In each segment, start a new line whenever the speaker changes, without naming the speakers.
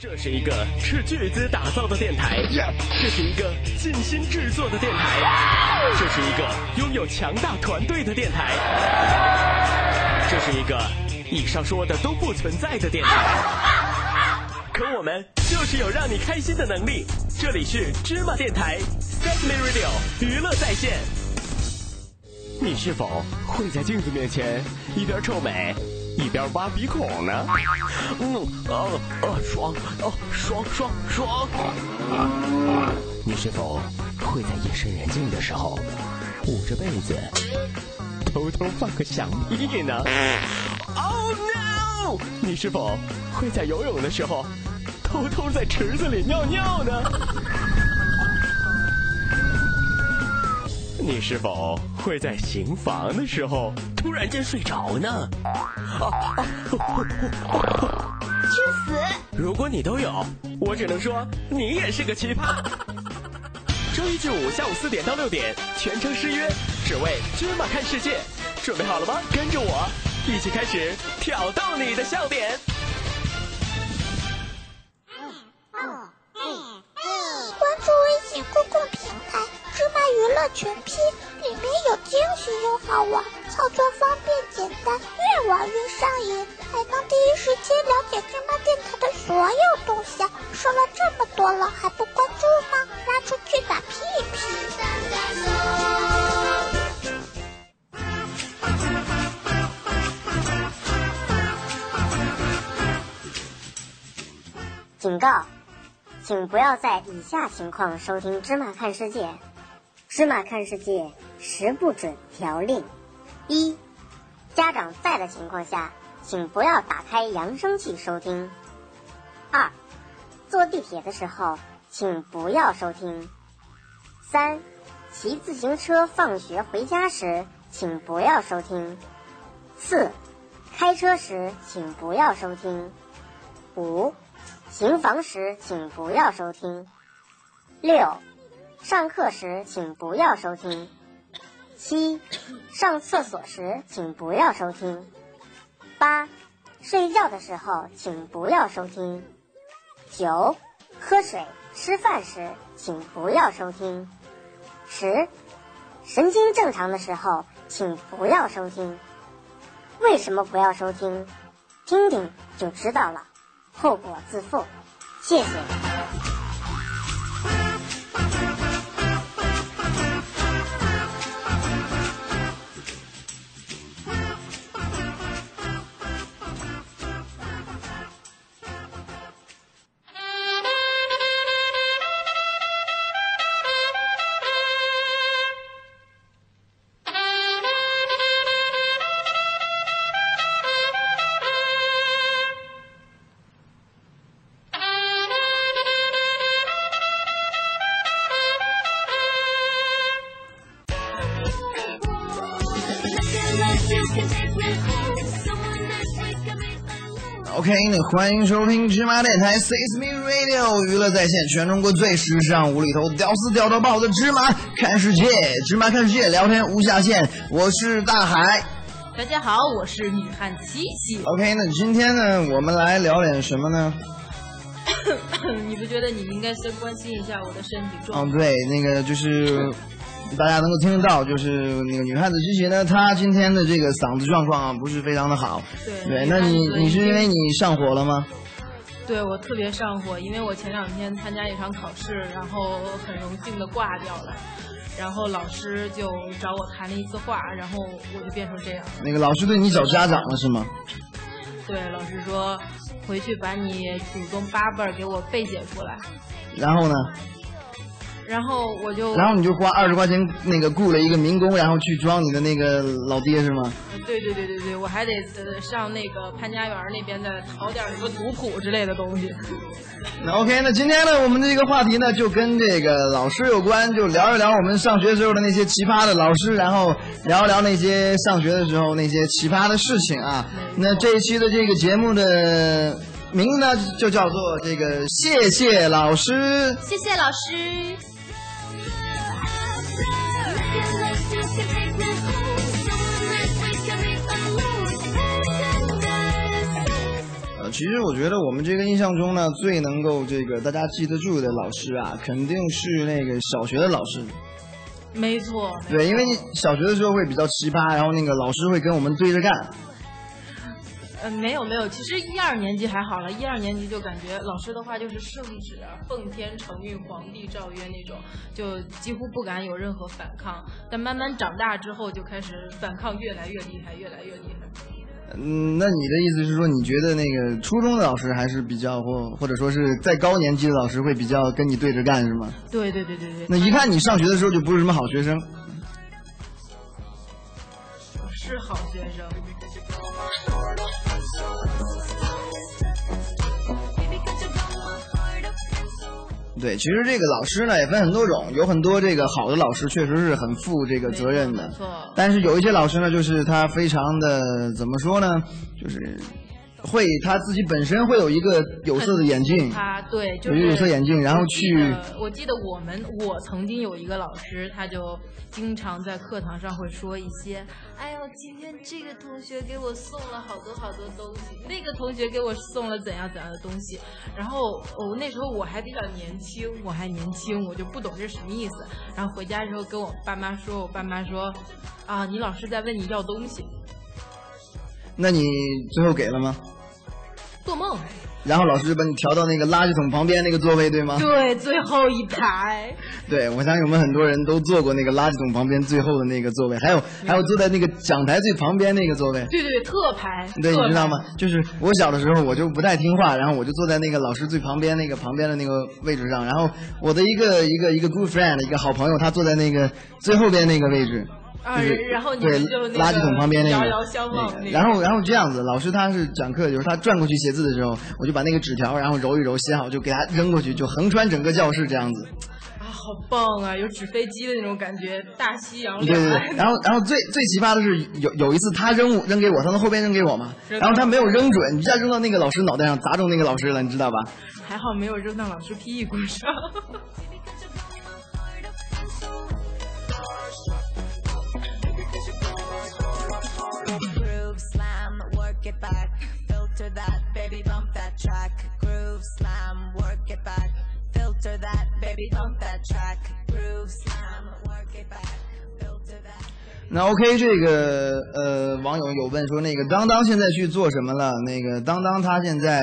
这是一个斥巨资打造的电台，这是一个尽心制作的电台，这是一个拥有强大团队的电台，这是一个以上说的都不存在的电台。可我们就是有让你开心的能力。这里是芝麻电台 s t e p l y Radio 娱乐在线。你是否会在镜子面前一边臭美？一边挖鼻孔呢，嗯，哦哦，爽哦，爽爽爽！你是否会在夜深人静的时候，捂着被子，偷偷放个响屁呢？Oh no！你是否会在游泳的时候，偷偷在池子里尿尿呢？你是否会在行房的时候突然间睡着呢？
去死！
如果你都有，我只能说你也是个奇葩。周一至五下午四点到六点，全程失约，只为芝麻看世界。准备好了吗？跟着我一起开始挑逗你的笑点。
关注微信公共平台“芝麻娱乐全拼”，里面有惊喜又好玩，操作方便简单，越玩越上瘾，还能第一时间了解芝麻电台的所有动向。说了这么多了，还不关注吗？拉出去打屁屁！
警告，请不要在以下情况收听《芝麻看世界》。《芝麻看世界》十不准条令：一、家长在的情况下，请不要打开扬声器收听；二、坐地铁的时候，请不要收听；三、骑自行车放学回家时，请不要收听；四、开车时，请不要收听；五。行房时请不要收听。六，上课时请不要收听。七，上厕所时请不要收听。八，睡觉的时候请不要收听。九，喝水、吃饭时请不要收听。十，神经正常的时候请不要收听。为什么不要收听？听听就知道了。后果自负，谢谢。
OK，那欢迎收听芝麻电台 s e s m e Radio 娱乐在线，全中国最时尚、无厘头、屌丝屌到爆的芝麻看世界，芝麻看世界，聊天无下限。我是大海。
大家好，我是女汉琪琪。
OK，那今天呢，我们来聊点什么呢？
你不觉得你应该先关心一下我的身体状
嗯，
况？
对，那个就是大家能够听得到，就是那个女汉子之前呢，她今天的这个嗓子状况啊，不是非常的好。
对
对，那你
对
你是因为你上火了吗？
对我特别上火，因为我前两天参加一场考试，然后很荣幸的挂掉了，然后老师就找我谈了一次话，然后我就变成这样。
那个老师对你找家长了是吗？
对，老师说回去把你祖宗八辈儿给我背解出来，
然后呢？
然后我就
然后你就花二十块钱那个雇了一个民工，然后去装你的那个老爹是吗？
对对对对对，我还得呃上那个潘家园那边再淘点什么族谱之类的东西。
那 OK，那今天呢，我们的这个话题呢，就跟这个老师有关，就聊一聊我们上学时候的那些奇葩的老师，然后聊一聊那些上学的时候那些奇葩的事情啊。那这一期的这个节目的名字呢，就叫做这个谢谢老师。
谢谢老师。
呃，其实我觉得我们这个印象中呢，最能够这个大家记得住的老师啊，肯定是那个小学的老师。
没错，没错
对，因为你小学的时候会比较奇葩，然后那个老师会跟我们对着干。
呃，没有没有，其实一二年级还好了，一二年级就感觉老师的话就是圣旨啊，奉天承运，皇帝诏曰那种，就几乎不敢有任何反抗。但慢慢长大之后，就开始反抗越来越厉害，越来越厉害。
嗯，那你的意思是说，你觉得那个初中的老师还是比较或或者说是在高年级的老师会比较跟你对着干是吗？
对对对对对。
那一看你上学的时候就不是什么好学生。
是好学生。
对，其实这个老师呢也分很多种，有很多这个好的老师确实是很负这个责任的
没错没错，
但是有一些老师呢，就是他非常的怎么说呢，就是会他自己本身会有一个有色的眼镜，
他对，就
嗯有
是
一个有色眼镜，然后去
我记得我们我曾经有一个老师，他就经常在课堂上会说一些，哎呦，今天这个同学给我送了好多好多东西，那个同学给我送了怎样怎样的东西。然后我、那时候我还比较年轻，我还年轻，我就不懂这是什么意思。然后回家之后跟我爸妈说，我爸妈说，啊，你老师在问你要东西，
那你最后给了吗？
做 梦。
然后老师就把你调到那个垃圾桶旁边那个座位，对吗？
对，最后一排。
对，我相信我们很多人都坐过那个垃圾桶旁边最后的那个座位，还有还有坐在那个讲台最旁边那个座位。
对对对，特排。
对，
特
你知道
排
吗？？就是我小的时候，我就不太听话，然后我就坐在那个老师最旁边那个旁边的那个位置上，然后我的一个一个一个 good friend，一个好朋友，他坐在那个最后边那个位置。
啊
就是
然然后你
对
们就那
垃圾
个
桶旁边那个，
遥遥相望
那
那
个
个
然后然后这样子，老师他是讲课，就是他转过去写字的时候，我就把那个纸条然后揉一揉写好，就给他扔过去，就横穿整个教室这样子。
啊，好棒啊！有纸飞机的那种感觉，大西洋
对
两
对对，
岸。
然后然后最最奇葩的是有有一次他扔我扔给我，他从后边扔给我嘛，
扔
然后他没有扔准，一下扔到那个老师脑袋上，砸中那个老师了，你知道吧？
还好没有扔到老师屁股上。
Groove slam, work it back. Filter that, baby, bump that track. Groove slam, work it back. Filter that, baby, bump that track. Groove slam, work it back. Filter that.
那 OK，这个呃，网友有问说，那个当当现在去做什么了？那个当当他现在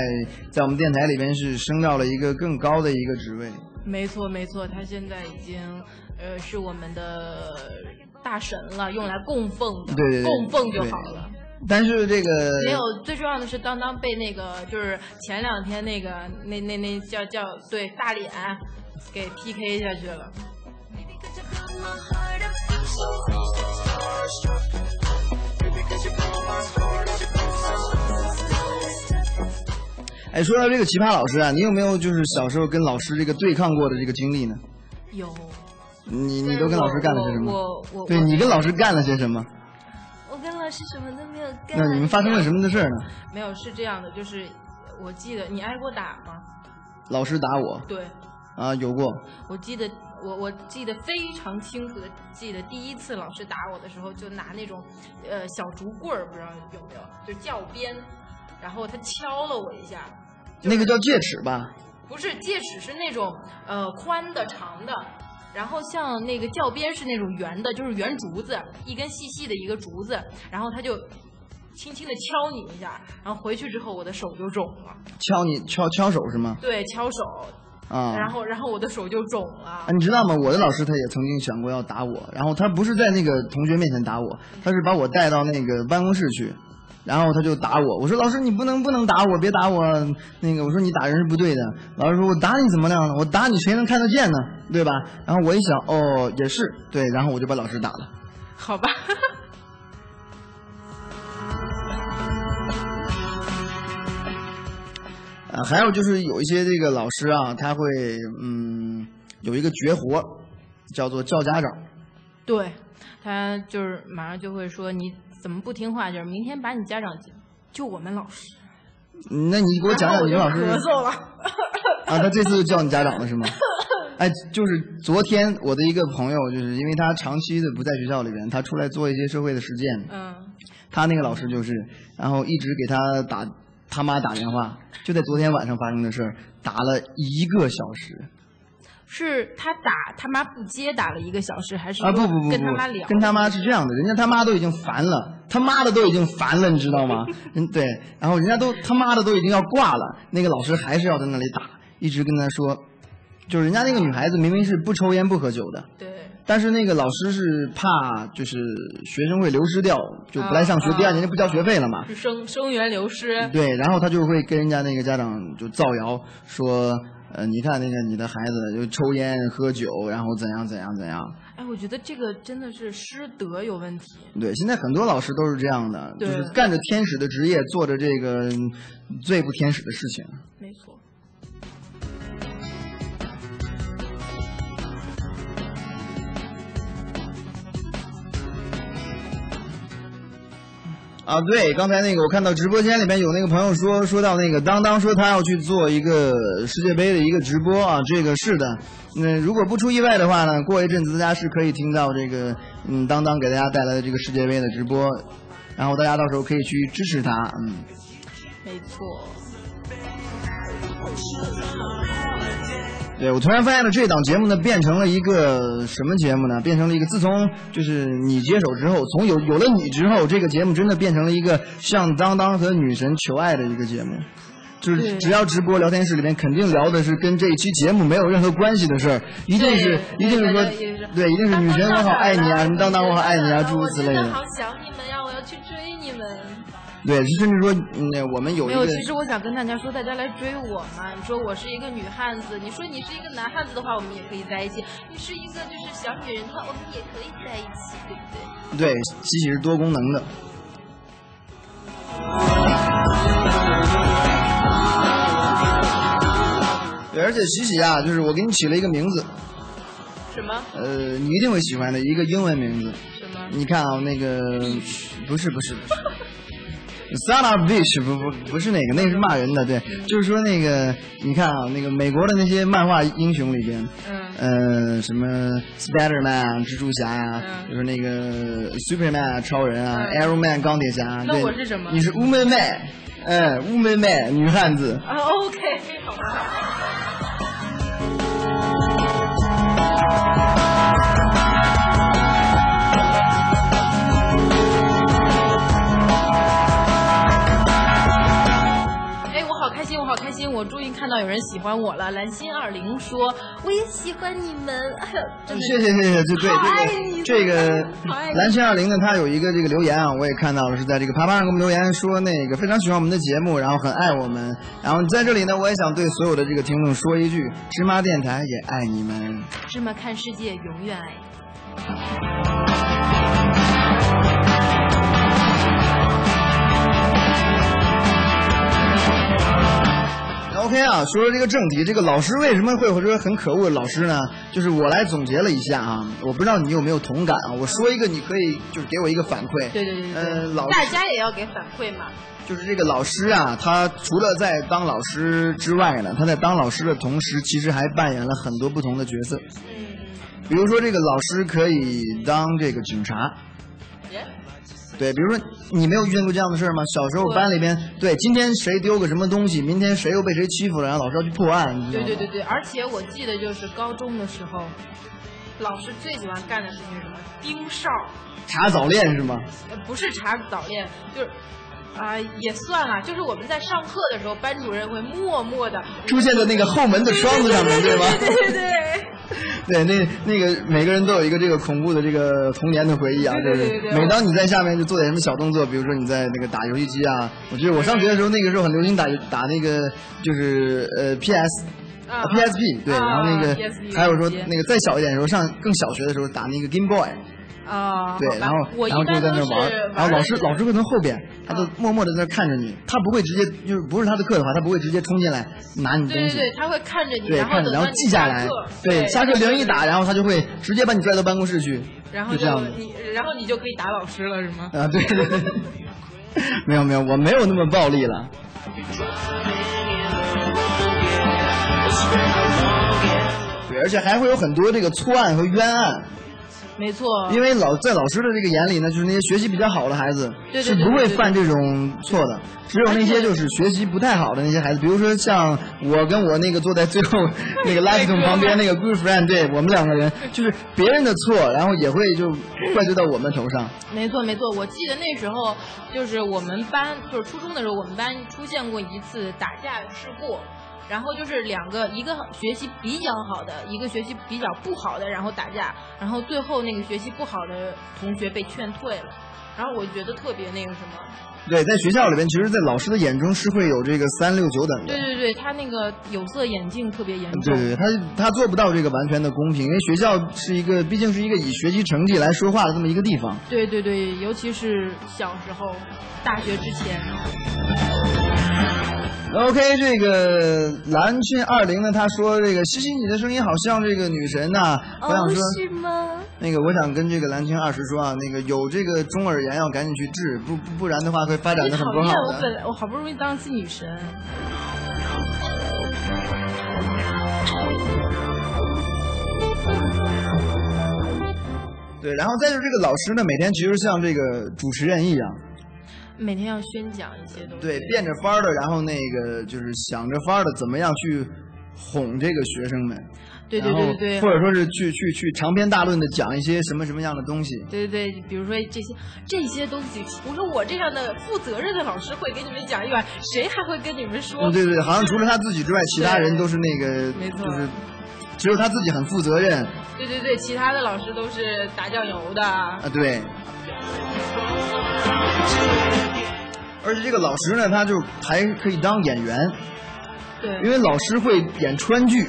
在我们电台里边是升到了一个更高的一个职位，
没错没错，他现在已经呃是我们的大神了，用来供奉的，
对对对
供奉就好了。
但是这个
没有，最重要的是当当被那个就是前两天那个那那那叫叫对大脸给 PK 下去了。
哎，说到这个奇葩老师啊，你有没有就是小时候跟老师这个对抗过的这个经历呢？
有，
你你都跟老师干了些什么？
我我我
对你跟老师干了些什么？
我跟老师什么都没有干。
那你们发生了什么的事儿呢？
没有，是这样的，就是我记得你挨过打吗？
老师打我
对，
啊，有过。
我记得我我记得非常清楚的，记得第一次老师打我的时候，就拿那种呃小竹棍儿，不知道有没有，就教鞭，然后他敲了我一下，
那个叫戒尺吧？
不是戒尺是那种呃宽的长的，然后像那个教鞭是那种圆的，就是圆竹子，一根细细的一个竹子，然后他就。轻轻的敲你一下，然后回去之后我的手就肿了，
敲你敲敲手是吗？
对，敲手，
啊、
然后然后我的手就肿了
啊，，你知道吗？我的老师他也曾经想过要打我，然后他不是在那个同学面前打我，他是把我带到那个办公室去，然后他就打我。我说老师你不能不能打我，别打我。那个我说你打人是不对的。老师说我打你怎么样呢？我打你谁能看得见呢？对吧？然后我一想哦也是对，然后我就把老师打了。
好吧。
啊，还有就是有一些这个老师啊，他会嗯有一个绝活，叫做叫家长。
对，他就是马上就会说你怎么不听话，就是明天把你家长就我们老师。
嗯那你给我讲讲你们老 师
咳嗽了。
啊，他这次叫你家长了是吗？ 哎，就是昨天我的一个朋友，就是因为他长期的不在学校里边，他出来做一些社会的实践，
嗯，
他那个老师就是，然后一直给他打他妈打电话，就在昨天晚上发生的事儿，打了一个小时
是他打他妈不接，打了一个小时，还是
啊！不
说
不不不，
跟他妈聊？
跟他妈是这样的，人家他妈都已经烦了，他妈的都已经烦了，你知道吗？嗯，对，然后人家都他妈的都已经要挂了，那个老师还是要在那里打，一直跟他说，就是人家那个女孩子明明是不抽烟不喝酒的，
对，
但是那个老师是怕就是学生会流失掉，就不来上学，
啊
第二年就不交学费了嘛。
是生生源流失。
对，然后他就会跟人家那个家长就造谣说，呃，你看那个你的孩子就抽烟喝酒，然后怎样怎样怎样。
哎，我觉得这个真的是师德有问题。
对，现在很多老师都是这样的，就
对
是干着天使的职业，做着这个嗯最不天使的事情。
没错，
啊，对，刚才那个我看到直播间里面有那个朋友说说到那个当当说他要去做一个世界杯的一个直播啊，这个是的。那如果不出意外的话呢，过一阵子大家是可以听到这个嗯当当给大家带来的这个世界杯的直播，然后大家到时候可以去支持他，嗯。
没错。
对，我突然发现了这档节目呢，变成了一个什么节目呢？变成了一个自从就是你接手之后，从有有了你之后，这个节目真的变成了一个向当当和女神求爱的一个节目。就是
对
只要直播聊天室里面，肯定聊的是跟这一期节目没有任何关系的事儿，一定是
对
一定是说
对对对，
对，一定是女神我好爱你啊，什么当当我好爱你啊，诸如此类
我真的
的
好。想你们呀、我要去追你们。
对，甚至说，嗯，我们有
没
一
有，
个
其实我想跟大家说，大家来追我嘛。你说我是一个女汉子，你说你是一个男汉子的话，我们也可以在一起；你是一个就是小女人的话，我们也可以在一起，对不对？
对机器是多功能的。对，而且喜喜啊，就是我给你起了一个名字，
什么
呃，你一定会喜欢的一个英文名字。
什么？
你看啊，那个不是不是不是，son of bitch 不不不是那个，那个是骂人的。对，就是说那个，你看啊，那个美国的那些漫画英雄里边，
嗯
呃，什么 Spider-Man 啊，蜘蛛侠呀、
嗯
就是那个 Superman 啊，超人啊、
嗯
a r r o w Man 钢铁侠啊。
那
对
我是什么
你是 Woman Man，嗯，Woman Man 女汉子。
啊，OK，好吧。哎，我好开心，我好开心，我终于看到有人喜欢我了。蓝心二零说，我也喜欢你们，哎呦真的
谢谢谢谢，就对
好爱你
这个这个
好爱你
蓝千二零呢，他有一个这个留言啊，我也看到了，是在这个啪啪上给我们留言说那个非常喜欢我们的节目，然后很爱我们，然后在这里呢，我也想对所有的这个听众说一句，芝麻电台也爱你们。
芝麻看世界，永远爱你。
OK 啊，说说这个正题，这个老师为什么会有这个很可恶的老师呢？就是我来总结了一下啊，我不知道你有没有同感啊，我说一个，你可以就是给我一个反馈。
对对对对对
呃，老师
大家也要给反馈嘛。
就是这个老师啊，他除了在当老师之外呢，他在当老师的同时，其实还扮演了很多不同的角色。比如说，这个老师可以当这个警察。对，比如说你没有遇见过这样的事儿吗？小时候
对
班里边，对，今天谁丢个什么东西，明天谁又被谁欺负了，然后老师要去破案，你知道
对
吗
对对对，而且我记得就是高中的时候，老师最喜欢干的事情是什么？盯梢，
查早恋是吗？
呃不是查早恋，就是。啊、也算了，就是我们在上课的时候，班主任会默默的
出现在那个后门的窗子上面，对吗？
对对对，
对，那那个每个人都有一个这个恐怖的这个童年的回忆啊，
对
不
对对对
每当你在下面就做点什么小动作，比如说你在那个打游戏机啊，我记得我上学的时候，那个时候很流行打打那个就是呃 PS。
啊
PSP 对，
啊
然后那个
PSP
还有说
游戏机
那个再小一点的时候，上更小学的时候打那个 Game Boy，
啊、好
对，
吧
然后
我一
然后就
般
在
都
那
是
玩儿，然后老师老师会从后边，他
啊
就默默的在那看着你，他不会直接就是不是他的课的话，他不会直接冲进来拿你东
对对
西，
对，他会看着你，
对，
然后
看着，
等
然
到
后
你
记下来
课，
对，下课铃一打，然
然后
后他就会直接把你拽到办公室去，
然后
就这样子
你然后你就可以打老师了，是吗？
啊，对 对对，没有没有，我没有那么暴力了。对，而且还会有很多这个错案和冤案，
没错，
因为老在老师的这个眼里呢，就是那些学习比较好的孩子
哦对对
是
对
不会
对对
犯这种错的，只有那些就是学习不太好的那些孩子，比如说像我跟我那个坐在最 后那个垃圾桶旁边那个 good friend，对我们两个人就是别人的错，然后也会就怪罪到我们头上。
没错没错，我记得那时候就是我们班，就是初中的时候，我们班出现过一次打架事故，然后就是两个，一个学习比较好的，一个学习比较不好的，然后打架，然后最后那个学习不好的同学被劝退了，然后我觉得特别那个什么，
对，在学校里边，其实，在老师的眼中是会有这个三六九等的
对。对对，他那个有色眼镜特别严重，
对对，对他他做不到这个完全的公平，因为学校是一个毕竟是一个以学习成绩来说话的这么一个地方。
对对对，尤其是小时候，大学之前，
OK，这个蓝俊二零呢，他说这个西西你的声音好像这个女神呐、我想
哦
说、
是吗？
那个我想跟这个蓝俊二十说啊，那个有这个中耳炎要赶紧去治，不不不然的话会发展
你
的很
讨
不好
厌我
的。
本来我好不容易当一次女神，
对，然后再就是这个老师呢，每天其实像这个主持人一样，
每天要宣讲一些东西。
对，变着法儿的，然后那个就是想着法儿的怎么样去哄这个学生们，
对对
然后
对对
或
对。
者说是去去去长篇大论的讲一些什么什么样的东西。
对对对，比如说这些这些东西，我说我这样的负责任的老师会给你们讲一晚，谁还会跟你们说？
嗯，对对，好像除了他自己之外，其他
哦对
人都是那个，
没错
就是只有他自己很负责任啊。
对对对，其他的老师都是打酱油的。
对。而且这个老师呢，他就还可以当演员，因
对，
为老师会演川剧。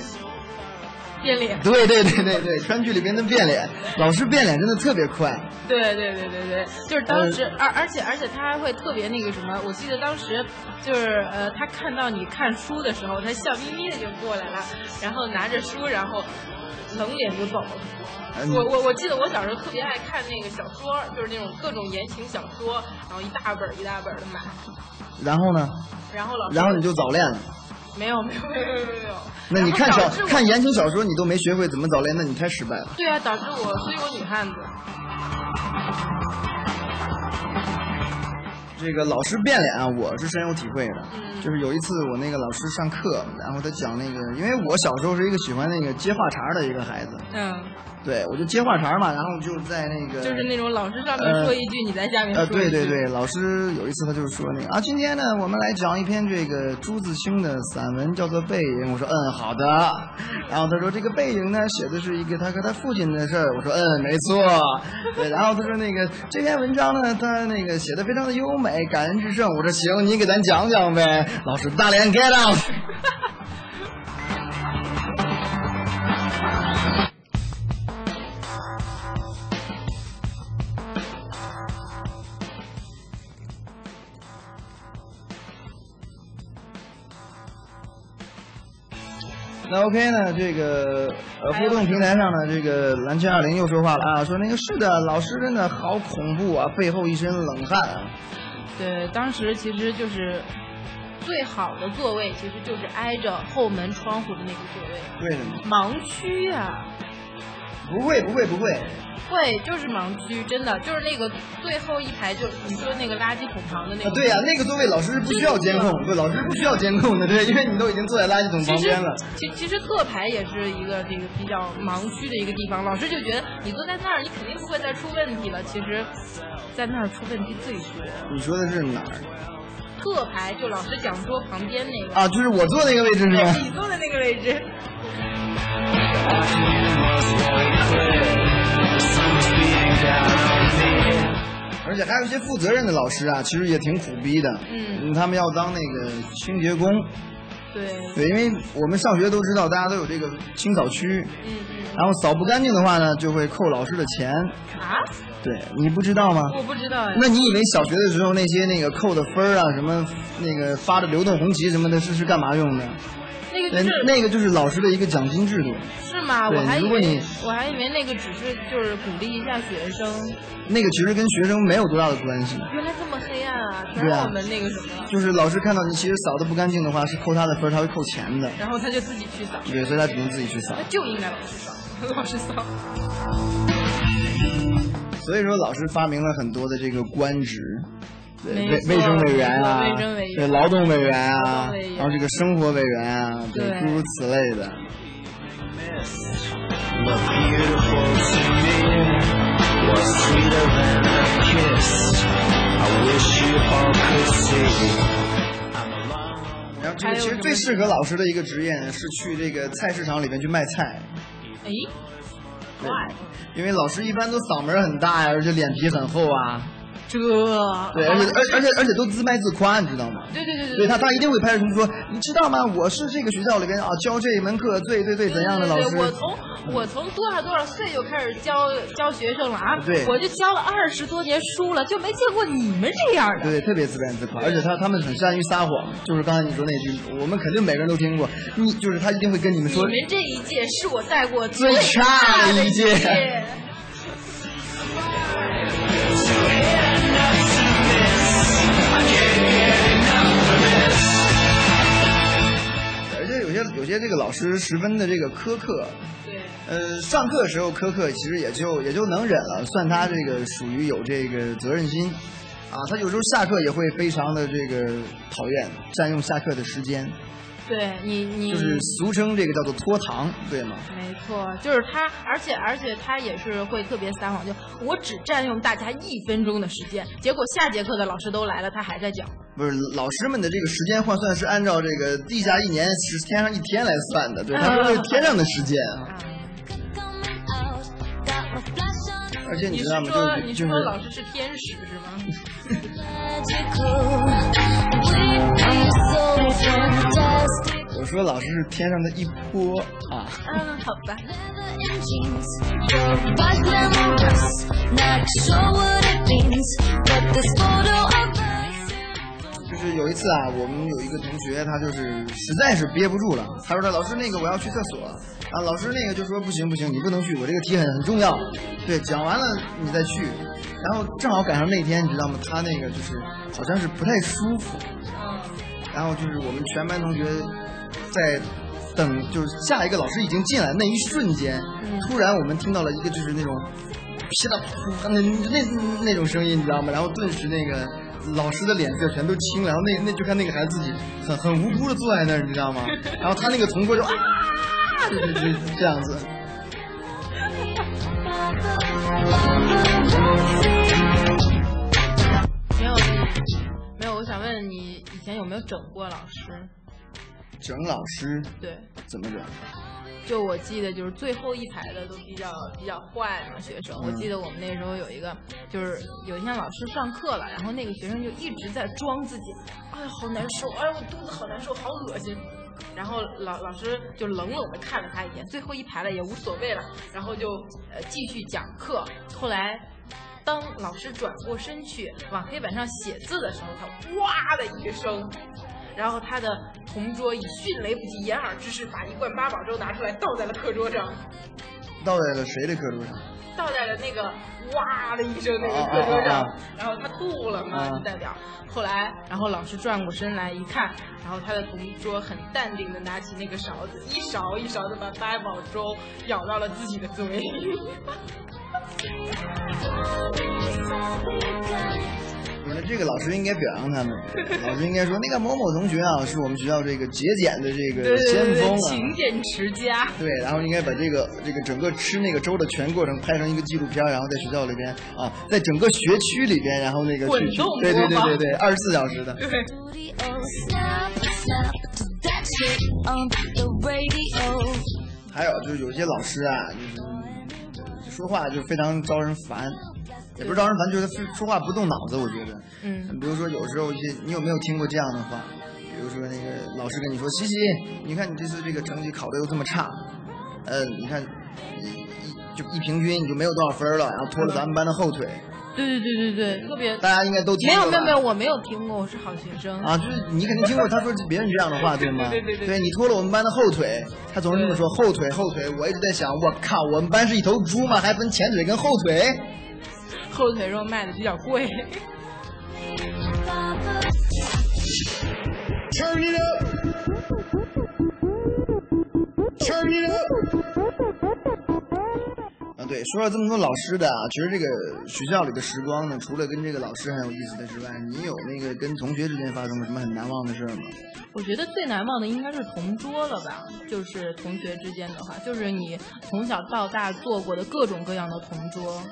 变脸。
对对对对对， 川剧里边的变脸，老师变脸真的特别快。
对对对对对，就是当时，
呃
而而且而且他还会特别那个什么，我记得当时就是呃，他看到你看书的时候，他笑眯眯的就过来了，然后拿着书，然后冷脸就走了。
嗯
我我我记得我小时候特别爱看那个小说，就是那种各种言情小说，然后一大本儿一大本的买，
然后呢？
然后老师
然后你就早恋了。
没有没有没有没有没有，
那你
然后
看小
导致我
看言情小说，你都没学会怎么早恋，那你太失败了。
对啊，导致我，所以我女汉子。
这个老师变脸啊，我是深有体会的。
嗯
就是有一次我那个老师上课，然后他讲那个，因为我小时候是一个喜欢那个接话茬儿的一个孩子，
嗯，
对我就接话茬儿嘛，然后就在那个
就是那种老师上面说一句，你在下面说
呃，
一句。
对对对，老师有一次他就说那个啊，今天呢，我们来讲一篇这个朱自清的散文，叫做《背影》。我说嗯，好的。然后他说这个背影呢，写的是一个他和他父亲的事儿。我说嗯，没错。对，然后他说那个这篇文章呢，他那个写的非常的优美，感人至深。我说行，你给咱讲讲呗。老师大脸 get out。那 OK 呢？这个呃
还有
互动平台上呢，这个蓝圈二零又说话了啊，说那个是的，老师真的好恐怖啊，背后一身冷汗啊。
对，当时其实就是最好的座位，其实就是挨着后门窗户的那个座位。
为什么？
盲区啊，
不会不会不会，啊
会就是盲区，真的就是那个最后一排就，你说那个垃圾桶旁的那
啊
个。
对呀、那个座位老师是不需要监控，
嗯
对，老师不需要监控的，对，因为你都已经坐在垃圾桶
其
旁
实
边了。，
其其实课牌也是一个这个比较盲区的一个地方，老师就觉得你坐在那儿，你肯定不会再出问题了。其实，在那儿出问题最多。
你说的是哪儿
课牌就老师讲桌旁边那个，
啊？就是我坐那个位置是吗
对，？你坐的那个位置。
而且还有一些负责任的老师啊，其实也挺苦逼的。
嗯
他们要当那个清洁工，
对，
对，因为我们上学都知道，大家都有这个清扫区，
嗯
然后扫不干净的话呢，就会扣老师的钱。
嗯啊，
对你不知道吗？
我不知道哎。
那你以为小学的时候那些那个扣的分儿啊，什么那个发的流动红旗什么的，是是干嘛用的？那
那个就是
呃那个就是老师的一个奖金制度，
是吗？
对
我还以
如果
为
你
我还以为那个只是就是鼓励一下学生，
那个其实跟学生没有多大的关系。
原来这么黑暗啊，全
对啊
让我们那个什么了，
就是老师看到你其实扫的不干净的话，是扣他的分儿，他会扣钱的。
然后他就自己去扫，
对，所以他只能自己去扫
那。就应该老师扫，老师扫。
所以说老师发明了很多的这个官职。对
没
卫
错
卫生委员啊，
没错卫生委员
对劳动委员啊
劳动委，员
然后这个生活委员啊，
对
诸如此类的。
Look beautiful to me was sweeter than a kiss. I wish you all could see. I'm a long, long
然后这
还
个
有
其
什
实
么
最适合老师的一个职业呢，是去这个菜市场里面去卖菜，
哎，
对
嗯
因为老师一般都嗓门很大呀，而且脸皮很厚啊，
这
对，而且而而且而且都自卖自夸，你知道吗？
对对对
对他，他一定会拍着胸说，你知道吗？我是这个学校里边啊教这一门课最最最
对
怎样的老
对对我
师。
从我从多少多少岁就开始教教学生了啊，
对
我就教了二十多年书了，就没见过你们这样的。
对，特别自卖自夸，而且他他们很善于撒谎，就是刚才你说那句，我们肯定每个人都听过，你就是他一定会跟你们
你
说，
们这一届是我带过
最差
差
的
一
一届
届。
而且有些有些这个老师十分的这个苛刻，
对，
呃，上课的时候苛刻，其实也就也就能忍了，算他这个属于有这个责任心，啊，他有时候下课也会非常的这个讨厌，占用下课的时间，
对你你
就是俗称这个叫做拖堂，对吗？
没错，就是他，而且而且他也是会特别撒谎，就我只占用大家一分钟的时间，结果下节课的老师都来了，他还在讲。
不是老师们的这个时间换算是按照这个地下一年是天上一天来算的，对，
嗯
他说的是天上的时间啊。而且你
你是
知道吗？
说
就
你
是
是
就是
说老师是天使是吗？
我说老师是天上的一波啊，
嗯，好吧。
就是有一次啊，我们有一个同学，他就是实在是憋不住了，他说他老师那个我要去厕所啊，老师那个就说不行不行，你不能去，我这个题很很重要，对，讲完了你再去。然后正好赶上那天，你知道吗？他那个就是好像是不太舒服，然后就是我们全班同学在等，就是下一个老师已经进来那一瞬间，突然我们听到了一个就是那种噼里啪啦那那那那种声音，你知道吗？然后顿时那个老师的脸色全都青了，然后那那就看那个孩子自己很很无辜的坐在那儿，你知道吗？然后他那个同桌就啊，就就就这样子。
没有，没有。我想问你，以前有没有整过老师？
整老师
对，
怎么整？
就我记得就是最后一排的都比较比较坏嘛，学生。我记得我们那时候有一个，就是有一天老师上课了，然后那个学生就一直在装自己，哎呀好难受，哎呀我肚子好难受，好恶心。然后老老师就冷冷的看了他一眼，最后一排了也无所谓了，然后就呃继续讲课。后来。当老师转过身去往黑板上写字的时候，他哇的一声，然后他的同桌以迅雷不及掩耳之势把一罐八宝粥拿出来倒在了课桌上，
倒在了谁的课桌上？
倒在了那个哇的一声那个课桌上，然后他吐了嘛，
啊
就代表。后来，然后老师转过身来一看，然后他的同桌很淡定的拿起那个勺子，一勺一勺的把八宝粥舀到了自己的嘴里。
我觉得这个老师应该表扬他们，老师应该说那个某某同学啊，是我们学校这个节俭的这
对
个
对对
先锋
对，
啊。
勤俭持家。
对，然后应该把这个这个整个吃那个粥的全过程拍成一个纪录片，然后在学校里边啊，在整个学区里边，然后那个
滚
去去
动
对对对
播放
对对，二十四小时的。
对。
还有就是有些老师啊，就是说话就非常招人烦，也不是招人烦，就是说说话不动脑子，我觉得。
嗯，
比如说有时候一些，你有没有听过这样的话？比如说那个老师跟你说：“西西，你看你这次这个成绩考的又这么差，呃，你看一一就一平均你就没有多少分了，然后
嗯
拖了咱们班的后腿。”
对对对对对，特别。
大家应该都听
没
过
有
吧
没有没有，我没有听过，我是好学生。
啊，就是你肯定听过他说别人这样的话，对吗？
对对对对
你拖了我们班的后腿，他总是这么说后腿后腿，我一直在想，我靠，我们班是一头猪吗？还分前腿跟后腿？
后腿肉卖的比较贵。
啊，对，说了这么多老师的啊，其实这个学校里的时光呢，除了跟这个老师很有意思的之外，你有那个跟同学之间发生过什么很难忘的事儿吗？
我觉得最难忘的应该是同桌了吧，就是同学之间的话，就是你从小到大做过的各种各样的同桌。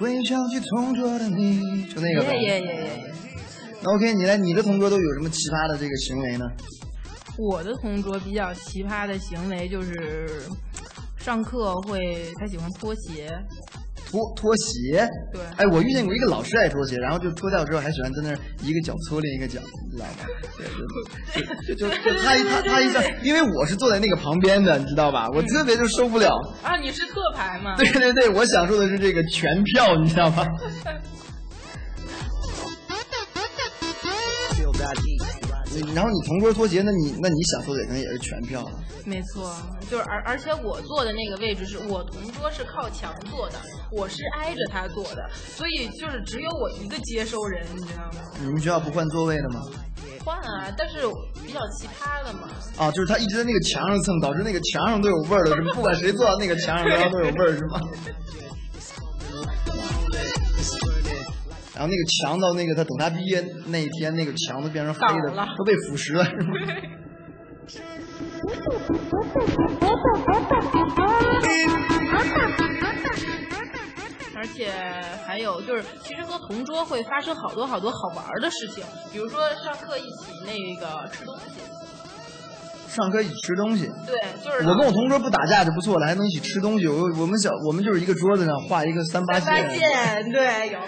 回想起同桌的你，就那个呗。
耶耶耶耶！
那 OK，你来，你的同桌都有什么奇葩的这个行为呢？
我的同桌比较奇葩的行为就是，上课会他喜欢脱鞋，
拖拖鞋。
对
哎，我遇见过一个老师爱拖鞋，然后就脱掉之后还喜欢在那儿一个脚搓另一个脚，你知道吗？对，就就就就他一他他一下，因为我是坐在那个旁边的，你知道吧？我特别就受不了。
啊，你是特牌吗？
对对对，我享受的是这个全票，你知道吗？
Feel that heat.
你然后你同桌拖鞋，那你那你享受的可能也是全票了。
没错，就是而而且我坐的那个位置是我同桌是靠墙坐的，我是挨着他坐的，所以就是只有我一个接收人，你知道吗？
你们学校不换座位的吗？
换啊，但是比较奇葩的嘛。
啊，就是他一直在那个墙上蹭，导致那个墙上都有味儿了，是吗不管谁坐到那个墙上，然后都有味儿，是吗？然后那个墙到那个他等他毕业那一天，那个墙都变成黑的
倒了，
都被腐蚀了，是吗？
而且还有就是，其实和同桌会发生好多好多好玩儿的事情，比如说上课一起那个吃东西，
上课一起吃东西。
对，就是
我跟我同桌不打架就不错了，还能一起吃东西。我我们小我们就是一个桌子上画一个三八
三八
线，
线，对，有，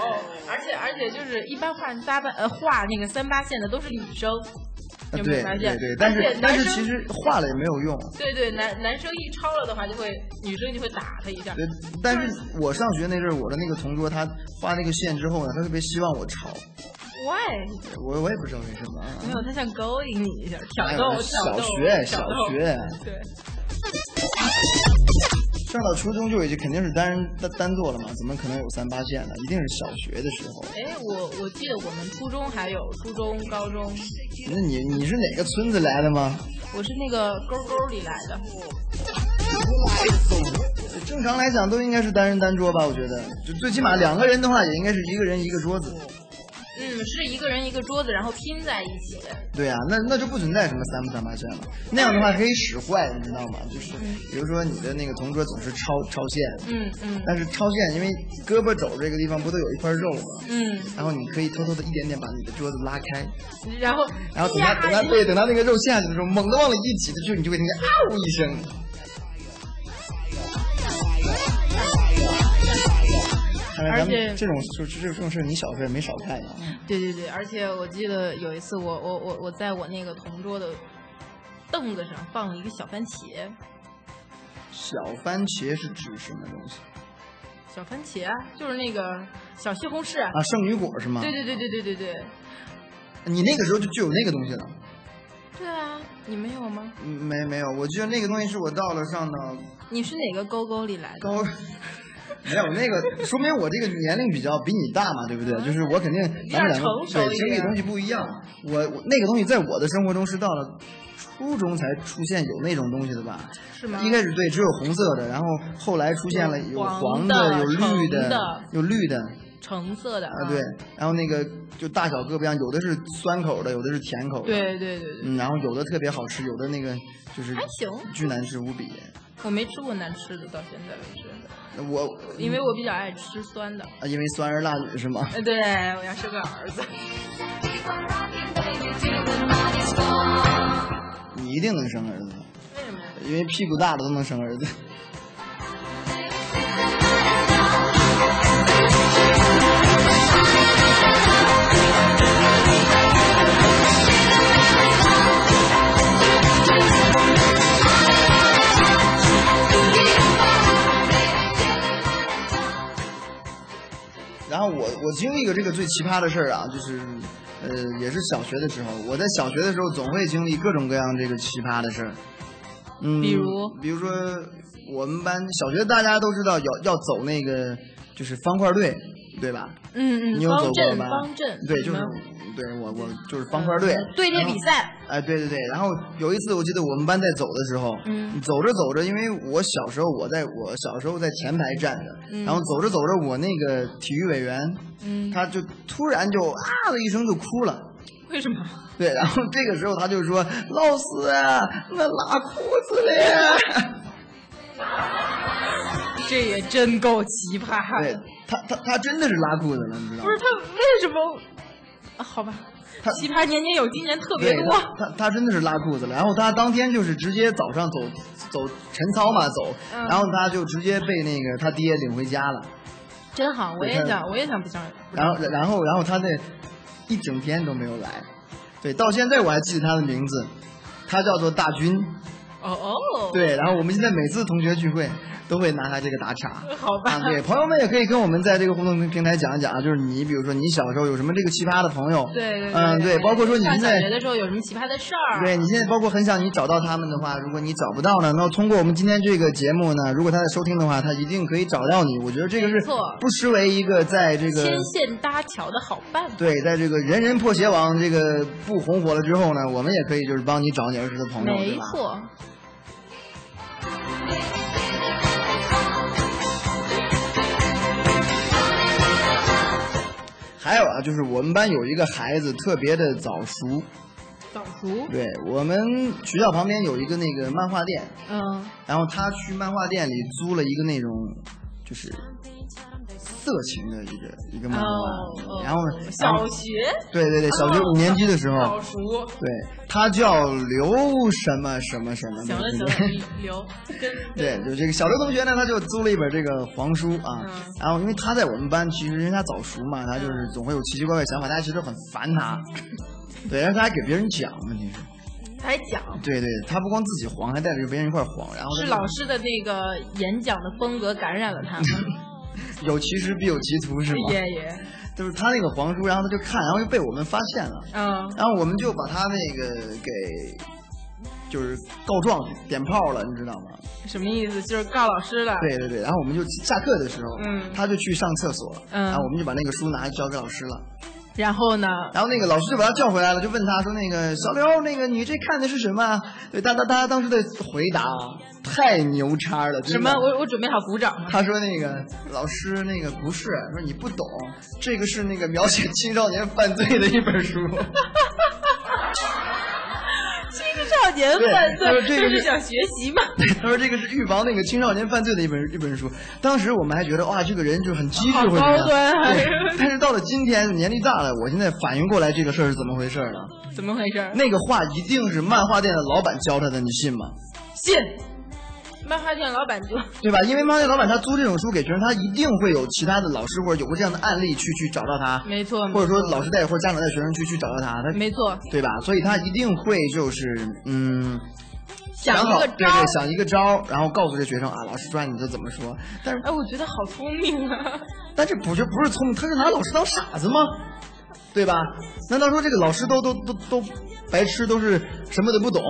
而且而且就是一般画三八呃画那个三八线的都是女生，
啊
有没
对
有发
对
现？
对，但
而
是
且
但是
男生
其实画了也没有用。
对对男男生一抄了的话，就会女生就会打他一下。
对，但是我上学那阵儿，我的那个同桌他画那个线之后呢，他特别希望我抄，
Why？
我我也不知道为什么啊。
没有，他想勾引你一下，
哎
挑逗，挑
小
逗，
学
挑
小
逗。
学
对，
上到初中就已经肯定是单人单单座了嘛，怎么可能有三八线呢？一定是小学的时候。
哎，我我记得我们初中还有初中、高中，
那你你是哪个村子来的吗？
我是那个沟沟里来的。
正常来讲都应该是单人单桌吧，我觉得，就最起码两个人的话也应该是一个人一个桌子。
嗯，是一个人一个桌子，然后拼在一起。
对啊，那那就不存在什么三不三八线了。那样的话可以使坏，你知道吗？就是比如说你的那个同桌总是超超线，
嗯嗯
但是超线因为胳膊肘这个地方不都有一块肉吗？
嗯，
然后你可以偷偷的一点点把你的桌子拉开，
然后
然后等他等他对等他那个肉下去的时候，猛地往里一挤的时候，你就会听见啊呜一声。看来咱
而且嗯
们这种就是这种事儿你小时候也没少干啊呀。
对对对，而且我记得有一次我，我我我在我那个同桌的凳子上放了一个小番茄，
小番茄是指什么东西
小番茄啊就是那个小西红柿啊。
啊？圣女果是吗？
对对对对对对对，
你那个时候就就有那个东西了。
对啊，你没有吗？
嗯没没有，我记得那个东西是我到了上到
你是哪个勾勾里来的？
高，没有那个，说明我这个年龄比较比你大嘛，对不对？就是我肯定咱们两个
成熟
对
一
经历
点
东西不一样。我我那个东西在我的生活中是到了初中才出现有那种东西的吧？
是吗？
一开始对只有红色的，然后后来出现了有黄
黄
的、
的
有绿
橙
的
的、嗯
有绿的
橙色的
啊，对。然后那个就大小各不一样，有的是酸口的，有的是甜口的。
对对对对，
嗯，然后有的特别好吃，有的那个就是
还行
巨难吃无比。
我没吃过难吃的，到现在为止，
我
因为我比较爱吃酸的。
啊因为酸儿辣女是吗？
呃，对，我要生个儿子。
你一定能生儿子，
为什么呀？
因为屁股大的都能生儿子。 然后我我经历过这个最奇葩的事儿啊，就是，呃，也是小学的时候，我在小学的时候总会经历各种各样这个奇葩的事儿，嗯，
比如
比如说我们班小学大家都知道要要走那个就是方块队，对吧？
嗯
你
嗯，
有走
方
过
阵
吧
方阵，嗯
对，就是
什么
对我我就是方块队
嗯队列比赛，
哎，对对对，然后有一次我记得我们班在走的时候，
嗯
走着走着，因为我小时候我在我小时候在前排站着，
嗯
然后走着走着，我那个体育委员
嗯，
他就突然就啊的一声就哭了。
为什么？
对，然后这个时候他就说：“老师啊，我拉裤子了。
这也真够奇”葩。
对，他他他真的是拉裤子了，你知道
不
吗
是？他为什么？啊好吧
他，
奇葩年年有，今年特别
对，
多
他。他他真的是拉裤子了。然后他当天就是直接早上走走晨操嘛走，
嗯
然后他就直接被那个他爹领回家了。
真好，我
对
也
他
想，我也想不上。
然后然后然后他那一整天都没有来，对，到现在我还记得他的名字，他叫做大军。
哦哦，，
对，然后我们现在每次同学聚会都会拿他这个打岔。
好吧
啊，，对，朋友们也可以跟我们在这个互动平台讲一讲啊，就是你，比如说你小时候有什么这个奇葩的朋友，
对对，
嗯，对，包括说你
上
现
小
在
学，的时候有什么奇葩的事儿？啊
对你现在包括很想你找到他们的话，如果你找不到呢，那通过我们今天这个节目呢，如果他在收听的话，他一定可以找到你。我觉得这个是
没错
不失为一个在这个
牵线搭桥的好办法。
对，在这个人人破鞋网这个不红火了之后呢，我们也可以就是帮你找你儿时的朋友，对
没
吧？
错，
还有啊，就是我们班有一个孩子特别的早熟，
早熟，
对我们学校旁边有一个那个漫画店，
嗯，
然后他去漫画店里租了一个那种就是色情的一个一个漫画，
哦，
嗯然后呢
哦
然后嗯
小哦学
对对对，小学五年级的时候，
早熟，
对他叫刘什么什么什么的，
行了
对
行
不
了
对，
刘跟
对，就这个小刘同学呢，他就租了一本这个黄书啊，
嗯
然后因为他在我们班，其实因为他早熟嘛，他就是总会有奇奇怪怪想法，大家其实很烦他，
嗯
对，但是他还给别人讲，问题是，
还讲。
对对，他不光自己黄，还带着别人一块儿黄，然后他
是
就
老师的那个演讲的风格感染了 他们，
有其事必有其图是吗？
爷爷，
就是他那个黄书，然后他就看，然后就被我们发现了，
嗯，
然后我们就把他那个给就是告状点炮了，你知道吗？
什么意思？就是告老师了，
对对对，然后我们就下课的时候，
嗯
他就去上厕所，
嗯
然后我们就把那个书拿去交给老师了，
然后呢，
然后那个老师就把他叫回来了，就问他说：“那个小刘，那个你这看的是什么啊？”对，大大大家当时的回答啊太牛叉了，
什
真的
么？我我准备好鼓掌了。
他说：“那个老师，那个不是，说你不懂，这个是那个描写青少年犯罪的一本 书。
青少年犯
对他说
罪，
这个
就是是想学习嘛。
他说这个是预防那个青少年犯罪的一本一本书。当时我们还觉得哇，这个人就很机智，
好
会怎么样
高 端啊
对但是到了今天，年龄大了，我现在反应过来这个事儿是怎么回事儿了。
怎么回事？
那个话一定是漫画店的老板教他的，你信吗？
信。漫画店老板就
对吧？因为漫画店老板他租这种书给学生，他一定会有其他的老师或者有过这样的案例去去找到他，
没错，
或者说老师带或者家长带学生去去找到他，他
没错，
对吧？所以他一定会就是嗯，
想一
好
个
对
招儿
对，。想一个招儿，然后告诉这学生啊，老师说你就怎么说，但是
哎，我觉得好聪明啊！
但这不就不是聪明，他是拿老师当傻子吗？对吧？难道说这个老师都都都都白痴，都是什么都不懂，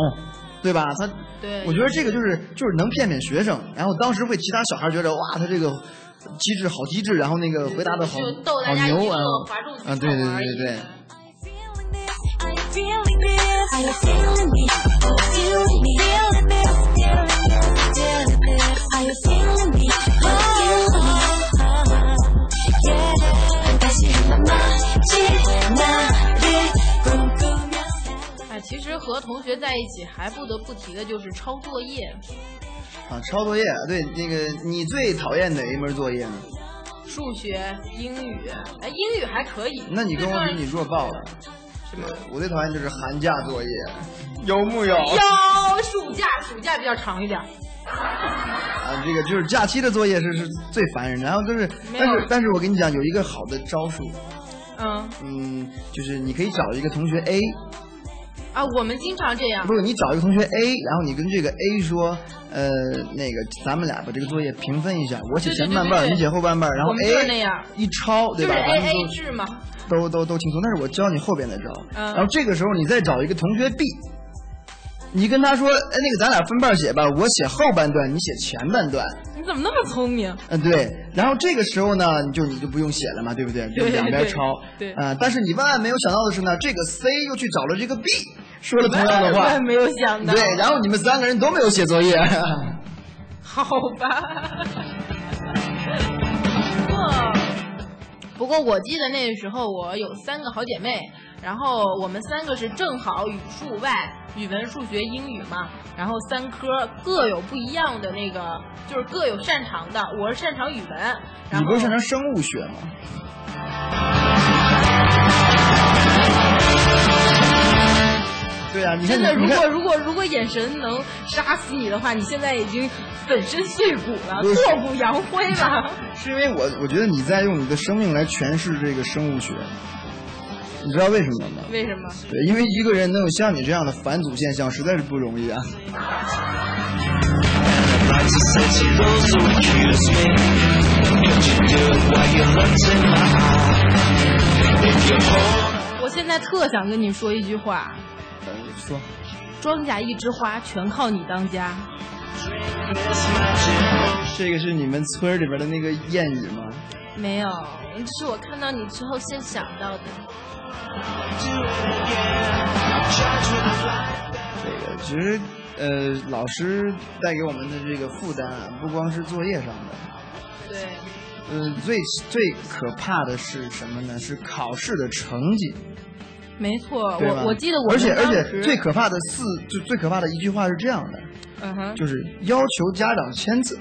对吧？他，
对
我觉得这个就是就是能骗骗学生，然后当时会其他小孩觉得哇，他这个机智好机智，然后那个回答的好
就逗
好
大家
牛
娱
啊
乐哗众取宠
啊！对对
而
对
已
对对。
oh,
哎，其实和同学在一起，还不得不提的就是抄作业、
啊，抄作业，对那个你最讨厌哪一门作业呢？
数学、英语。哎，英语还可以。
那你跟我比，你弱爆了。
什
对
么？，
我最讨厌就是寒假作业，有木有？
哟，暑假，暑假比较长一点。
啊，这个就是假期的作业是是最烦人的，然后就是，
没有
但是但是我跟你讲，有一个好的招数，
嗯
嗯，就是你可以找一个同学 A，
啊，我们经常这样。
不是你找一个同学 A，然后你跟这个 A 说，呃，那个咱们俩把这个作业平分一下，我写
对对
前
对
半
对
半儿，
对
你写后半半儿，然后
我们就是那
A
样
一抄，对
就是
吧？
A
咱
A
们
制嘛，
都都都都轻松，但是我教你后边的招，
嗯
然后这个时候你再找一个同学 B。你跟他说，哎，那个咱俩分半儿写吧，我写后半段，你写前半段，
你怎么那么聪明？
嗯，对。然后这个时候呢，你就你就不用写了嘛，对不对？就
对
两边抄。
对
呃但是你万万没有想到的是呢，这个 C 又去找了这个 B，说了同样的话
万。万没有想到，
对，然后你们三个人都没有写作业。
好吧。 不过，不过我记得那时候我有三个好姐妹，然后我们三个是正好语数外，语文、数学、英语嘛，然后三科各有不一样的那个，就是各有擅长的。我是擅长语文，然
你
后
不是擅长生物学吗？对呀、你看
真
你，
的，如
你
果
看，
如果如果眼神能杀死你的话，你现在已经粉身碎骨了，
不是
挫骨扬灰了。
是因为我我觉得你在用你的生命来诠释这个生物学，你知道为什么吗？
为什么？
对，因为一个人能有像你这样的返祖现象，实在是不容易啊。
Like to say to those who accuse me, what you do while you looked in my eye. If you're poor,
我现在特想跟你说一句话：
呃说，
庄稼一枝花，全靠你当家。
这个是你们村儿里边的那个谚语吗？
没有，这是我看到你之后先想到的。
这个其实，呃，老师带给我们的这个负担啊，不光是作业上的，
对，
呃，最最可怕的是什么呢？是考试的成绩，
没错，
对吧？
我我记得我
而且
们
而
当时，
且最可怕的四，就最可怕的一句话是这样的，
嗯哼，
就是要求家长签字，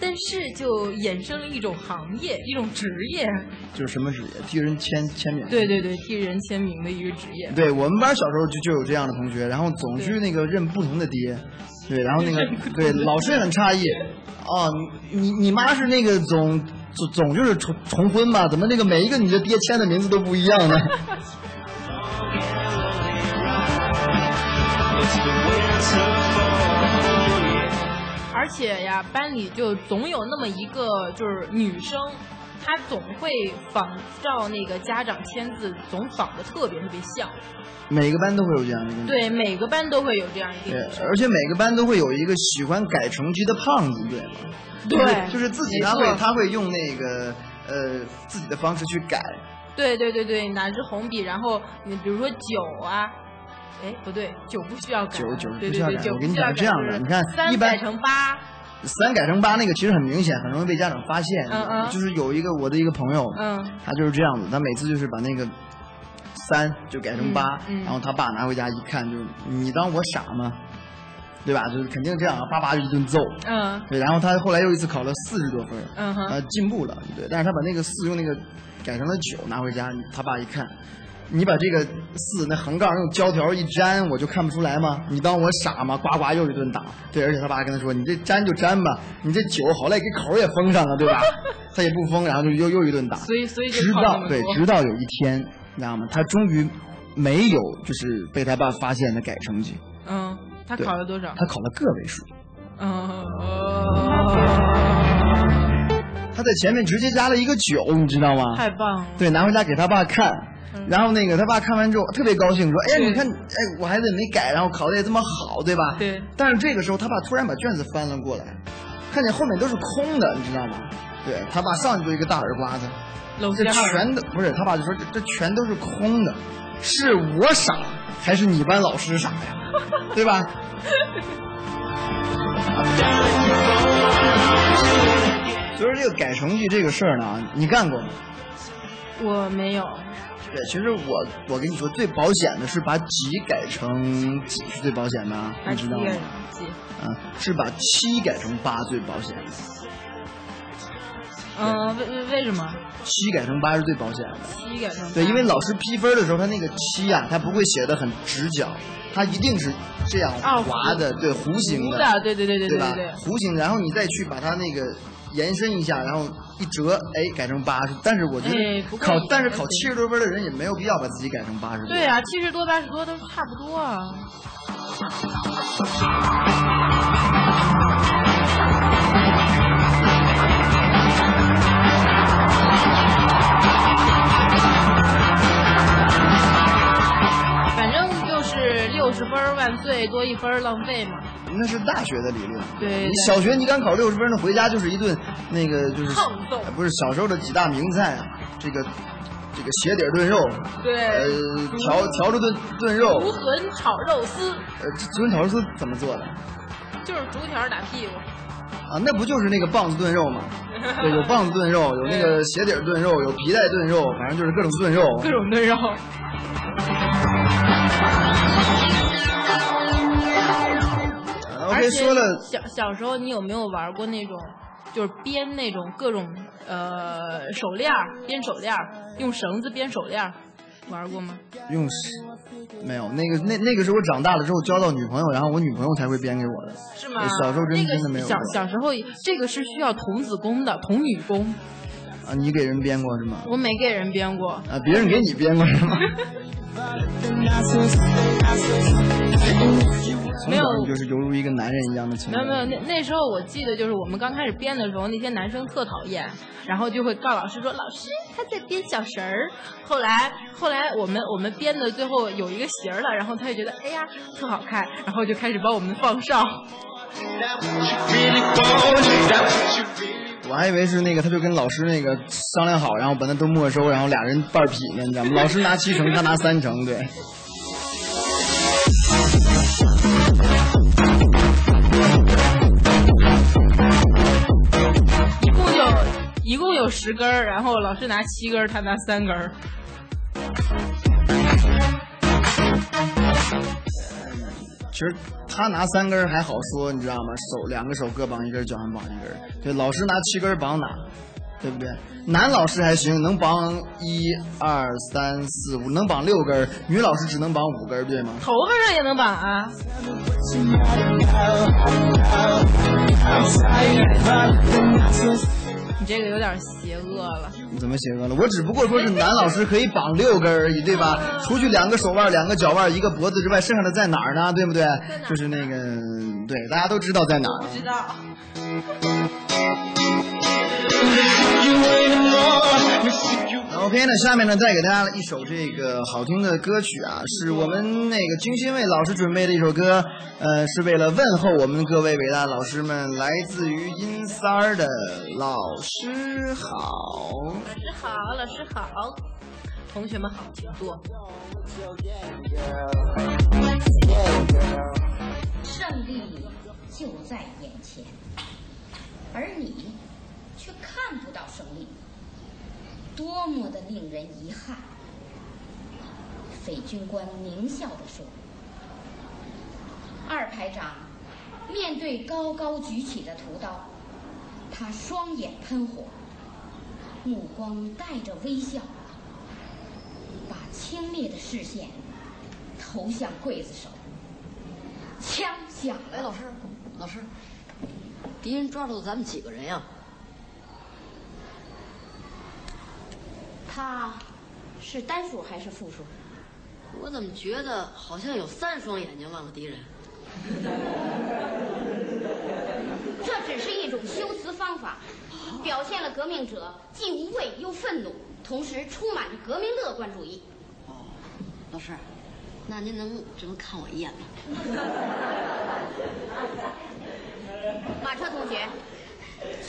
但是就衍生了一种行业，一种职业。
就是什么职业，替人签签名。
对对对，替人签名的一个职业。
对我们班小时候就就有这样的同学，然后总去
对
那个认不同的爹，对，然后那个对老师也很诧异，哦，你你你妈是那个总总总就是重重婚吧？怎么那个每一个你的爹签的名字都不一样呢？
it's the winter fall.
而且呀，班里就总有那么一个就是女生，她总会仿照那个家长签字，总仿的特别特别像。
每个班都会有这样的一个。
对，每个班都会有这样一
嗯
个
对
女，生。
而且每个班都会有一个喜欢改成绩的胖子，对吗？
对
就是就是自己
没
他
错
会他会用那个呃自己的方式去改，
对对对对，拿支红笔，然后你比如说酒啊，哎不对，酒不需要改啊，
酒酒
对
不
对
需要
对，
改
酒
我
不
跟你
需要
讲是这
改
样的
就是
你看一
三
般
改成八，
三改成八那个其实很明显，很容易被家长发现。
嗯嗯
就是有一个我的一个朋友，
嗯，
他就是这样子，他每次就是把那个三就改成八、
嗯嗯
然后他爸拿回家一看，就是你当我傻吗？对吧？就是肯定这样，叭叭就一顿揍。
嗯
对，然后他后来又一次考了四十多分，
嗯哼
呃，进步了。对，但是他把那个四用那个改成了九，拿回家，他爸一看。你把这个四那横杠用胶条一粘，我就看不出来吗？你当我傻吗？呱呱又一顿打。对，而且他爸跟他说：“你这粘就粘吧，你这九好赖给口儿也封上了，对吧？” 他也不封，然后就又又一顿打。
所以所以就
直
考那
到
么
对，
多。
直到有一天，你知道吗？他终于没有就是被他爸发现的改成绩，
嗯，他
对
考了多少？
他考了个位数。
嗯，
他在前面直接加了一个九，你知道吗？
太棒了。
对，拿回家给他爸看，然后那个他爸看完之后特别高兴，说：“哎呀，
对
你看，哎，我孩子也没改，然后考的也这么好，对吧？”
对。
但是这个时候，他爸突然把卷子翻了过来，看见后面都是空的，你知道吗？对他爸上去就一个大耳刮子，
楼
这
下
全都不是他爸就说这这全都是空的，是我傻还是你班老师 傻呀？对吧？所以说这个改成绩这个事儿呢，你干过吗？
我没有，
对，其实我我跟你说，最保险的是把几改成几是最保险的啊，
还
你
是
知道
一个
吗
人？记
啊，是把七改成八最保险的，
嗯，为为为什么
七改成八是最保险的。
七改成八
对，因为老师批分的时候，他那个七啊，他不会写的很直角，他一定是这样
啊
划的，对，弧形
不
的，
的，对对对对对
吧？
对，
弧形，然后你再去把它那个延伸一下，然后一折，哎，改成八十。但是我觉
哎
得
不过
考
也，
但是
还
考七
行
十多分的人也没有必要把自己改成八十多。
对啊，七十多八十多都差不多啊。反正就是六十分儿万岁，多一分儿浪费嘛。
那是大学的理论。
对
你
对
小学你敢考六十分的，回家就是一顿那个就是
胖揍
哎不是小时候的几大名菜啊，这个这个鞋底儿炖肉，
哎对
呃，笤笤帚炖炖肉，
芦笋炒肉丝
呃，这竹条是怎么做的？
就是竹条打屁股，
啊，那不就是那个棒子炖肉吗？对，有棒子炖肉，有那个鞋底儿炖肉，有皮带炖肉，反正就是各种炖肉。
各种炖肉。
呃
而且
OK，说了，
小小时候你有没有玩过那种，就是编那种各种呃手链儿，编手链儿，用绳子编手链儿，玩过吗？
用是没有那个那那个是我长大了之后交到女朋友，然后我女朋友才会编给我的。
是
我？
吗
哎小时候真
那个
真的没有
小
过
小时候这个是需要童子功的，童女功，
啊，你给人编过是吗？
我没给人编过。
啊，别人给你编过 是吗？从
没有
小你就是犹如一个男人一样的情
没有
感。
没有，那那时候我记得就是我们刚开始编的时候，那些男生特讨厌，然后就会告老师说老师他在编小绳儿。后来后来我们我们编的最后有一个形儿了，然后他就觉得哎呀特好看，然后就开始帮我们放哨。
我还以为是那个，他就跟老师那个商量好，然后把那都没收，然后俩人半儿劈呢，你知道吗？老师拿七成，他拿三成，对。
一共有一共有十根儿，然后老师拿七根儿，他拿三根儿。
其实他拿三根儿还好说，你知道吗？手两个手各绑一根儿，脚上绑一根儿。对，老师拿七根儿绑哪？对不对？男老师还行，能绑一二三四五，能绑六根儿；女老师只能绑五根儿，对吗？
头发上也能绑啊，你这个有点邪恶了。
你怎么邪恶了？我只不过说是男老师可以绑六根而已，对吧？除去两个手腕、两个脚腕、一个脖子之外，剩下的在哪儿呢？对不对？就是那个，对，大家都知道在哪儿。
知道。
OK，那下面呢，再给大家一首这个好听的歌曲啊，是我们那个精心为老师准备的一首歌，呃，是为了问候我们各位伟大老师们，来自于音三儿的老师好。
老师好，老师好，同学们好，请坐。
胜利就在眼前，而你却看不到胜利，多么的令人遗憾！匪军官狞笑着说：“二排长面对高高举起的屠刀，他双眼喷火，目光带着微笑，把轻蔑的视线投向刽子手。”枪响了，
哎，老师，老师，敌人抓住咱们几个人呀、
他是单数还是复数？
我怎么觉得好像有三双眼睛望着敌人？
这只是一种修辞方法，表现了革命者既无畏又愤怒，同时充满着革命乐观主义。
哦，老师，那您能这么看我一眼吗？
马车同学，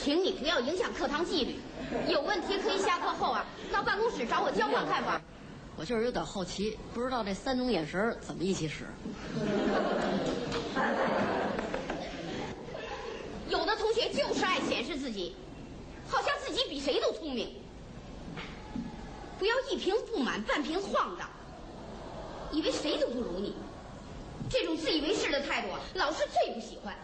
请你不要影响课堂纪律，有问题可以下课后啊到办公室找我交换看法。
我就是有点好奇，不知道这三种眼神儿怎么一起使。
有的同学就是爱显示自己，好像自己比谁都聪明。不要一瓶不满半瓶晃荡，以为谁都不如你。这种自以为是的态度啊，老师最不喜欢。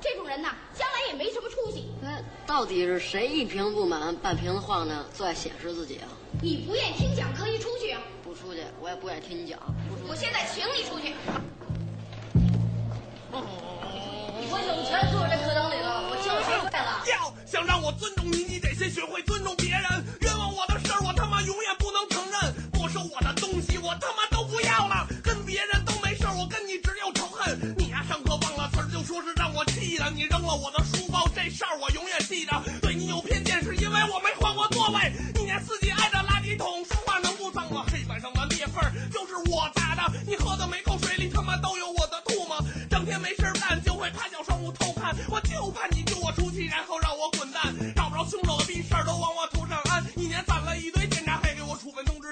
这种人呐，将来也没什么出息。呃
哎，到底是谁一瓶不满半瓶子晃荡，最爱显示自己啊？
你不愿意听讲，可以出去啊。
不出去，我也不愿意听你讲。不出
我
去，
现在请你出去。
我哦有权坐在课堂里了，我教谁坏了？
要想让我尊重你，你得先学会尊重别人。冤枉我的事儿，我他妈永远不能承认。没收我的东西，我他妈都不要了。跟别人都没事儿，我跟你只有仇恨。你呀、上课忘了词儿，就说是让我气的。你扔了我的书包，这事儿我永远记着。对你有偏见，是因为我没换过座位。你连自己挨着垃圾桶，说话能不脏吗？黑板上的裂缝儿就是我砸的。你喝的每口水里他妈都有我的唾沫。整天没事儿干就会趴小窗户偷看，我就怕你丢我出去，然后让我滚蛋。找不着凶手的逼事儿都往我头上安，一年攒了一堆检查，还给我处分终止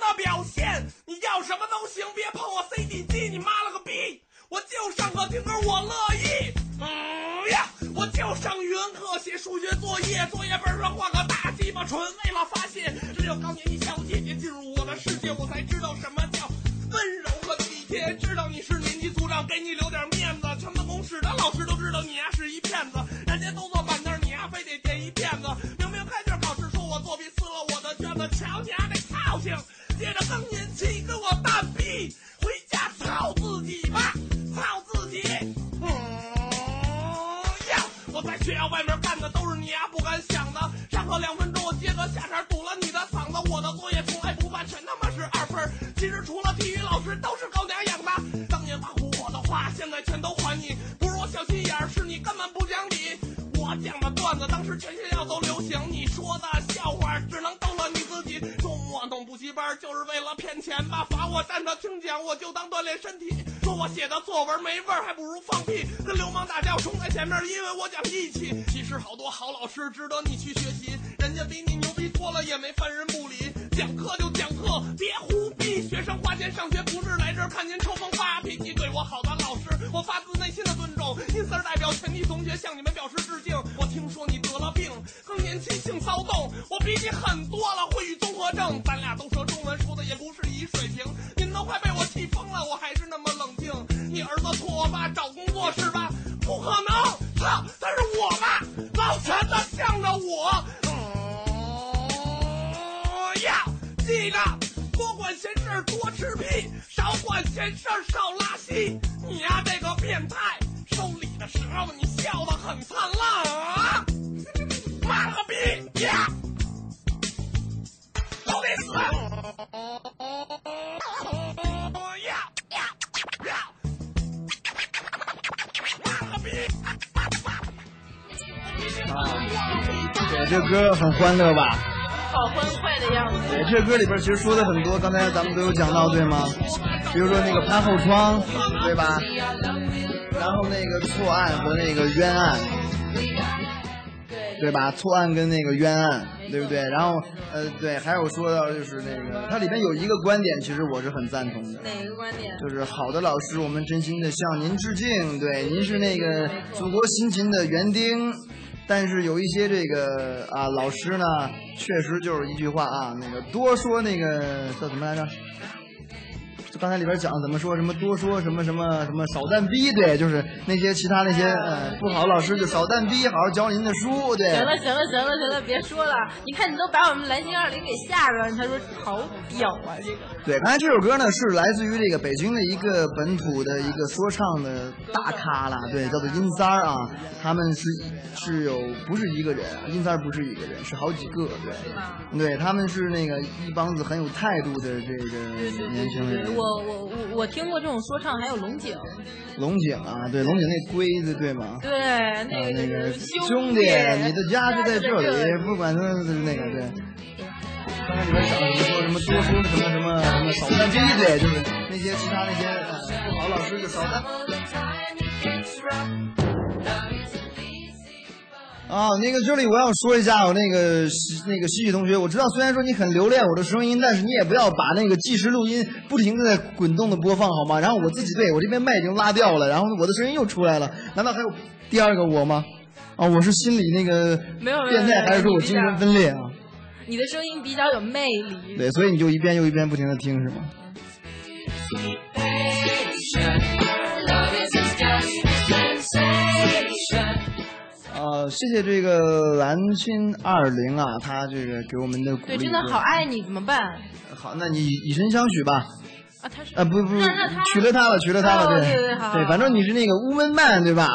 的表现。你要什么都行，别碰我 CD 机，你妈了个逼！我就上课听歌，我乐意。嗯呀，我就上语文课写数学作业，作业本上画个大鸡巴纯，为了发泄。只有高年级下午姐姐进入我的世界，我才知道什么叫温柔和体贴。知道你是年级组长，给你留点面子。全办公室的老师都知道你呀、是一骗子，人家都坐板凳，你呀、非得垫一片子。明明开卷考试说我作弊撕了我的卷子，瞧你丫、这操性！接着更年期跟我蛋逼，回家操自己吧，操自己！嗯呀，我在学校外面干的都是你丫、不敢想的。上课两分钟，我接着下茬堵了你的嗓子。我的作业从来不犯，全他妈是二分儿。其实除了体育老师都是狗娘养的，当年挖苦我的话，现在全都还你。不是我小心眼儿，是你根本不讲理。我讲的段子，当时全学校都流行。你说的笑话，只能逗乐你自己。周末弄补习班，就是为了骗钱吧？罚我站着听讲，我就当锻炼身体。说我写的作文没味儿，还不如放屁。跟流氓打架，我冲在前面，因为我讲义气。其实好多好老师值得你去学习，人家比你牛逼多了，也没犯人不理。讲课就讲课，别胡逼。学生花钱上学，不是来这儿看您抽风发脾气。对我好的老师，我发自内心的尊重。因此而代表全体同学向你们表示致敬。我听说你得了病，更年期性骚动，我比你狠多了，会语综合症。咱俩都说中文，说的也不是一水平。您都快被我气疯了，我还是那么冷静。你儿子托我爸找工作是吧？不可能，操，他是我爸，老陈他向着我。嗯呀，记得多管闲事儿多吃屁，少管闲事儿少拉稀。你呀、这个变态，收礼的时候你笑得很灿烂啊！妈了个逼呀！都得死！呀呀呀！妈了个逼！
对，这歌很欢乐吧？
好欢快的样子。
对，这歌里边其实说的很多，刚才咱们都有讲到，对吗？比如说那个攀后窗，对吧？然后那个错案和那个冤案，
对
对吧？错案跟那个冤案，对不对？然后呃，对，还有说到就是那个，它里面有一个观点，其实我是很赞同的。
哪个观点？
就是好的老师，我们真心的向您致敬。对，您是那个祖国辛勤的园丁，但是有一些这个啊老师呢，确实就是一句话啊，那个多说那个叫什么来着？就刚才里边讲怎么说什么多说什么什么什么少蛋逼，对，就是那些其他那些呃不好的老师就少蛋逼，好好教您的书，对。
行了行了行了行了，别说了，你看你都把我们蓝星二零给吓着了，你还说好屌啊这个。
对，刚才这首歌呢是来自于这个北京的一个本土的一个说唱的大咖啦，对，叫做阴三儿啊，他们是是有不是一个人，阴三儿不是一个人，是好几个，对，对，他们是那个一帮子很有态度的这个年轻人，
我我我我听过这种说唱，还有龙井，
龙井啊，对，龙井那龟子对吗？
对，
啊，
那个
那
就
个
是
兄
弟，
你的家就在这里，不管他是那个对。刚才你们讲的说什么多说什么什么什么少蛋逼，对，就是那些其他那些呃不好老师就少蛋。啊，那个这里我要说一下，我那个西那个西西同学，我知道虽然说你很留恋我的声音，但是你也不要把那个计时录音不停的在滚动的播放好吗？然后我自己对我这边麦已经拉掉了，然后我的声音又出来了，难道还有第二个我吗？啊，我是心里那个
没有没有
变态，还是说我精神分裂啊？
你的声音比较有魅力。
对，所以你就一遍又一遍不停的听是吗？啊，谢谢这个蓝心二零啊，他这个给我们的鼓
对，
励。
真的好爱你，怎么办？
好，那你以身相许吧。
啊，他是
啊，不不
那那他，
娶了她了，娶了她了，
哦
对
对对好好好
反正你是那个 woman man 对吧？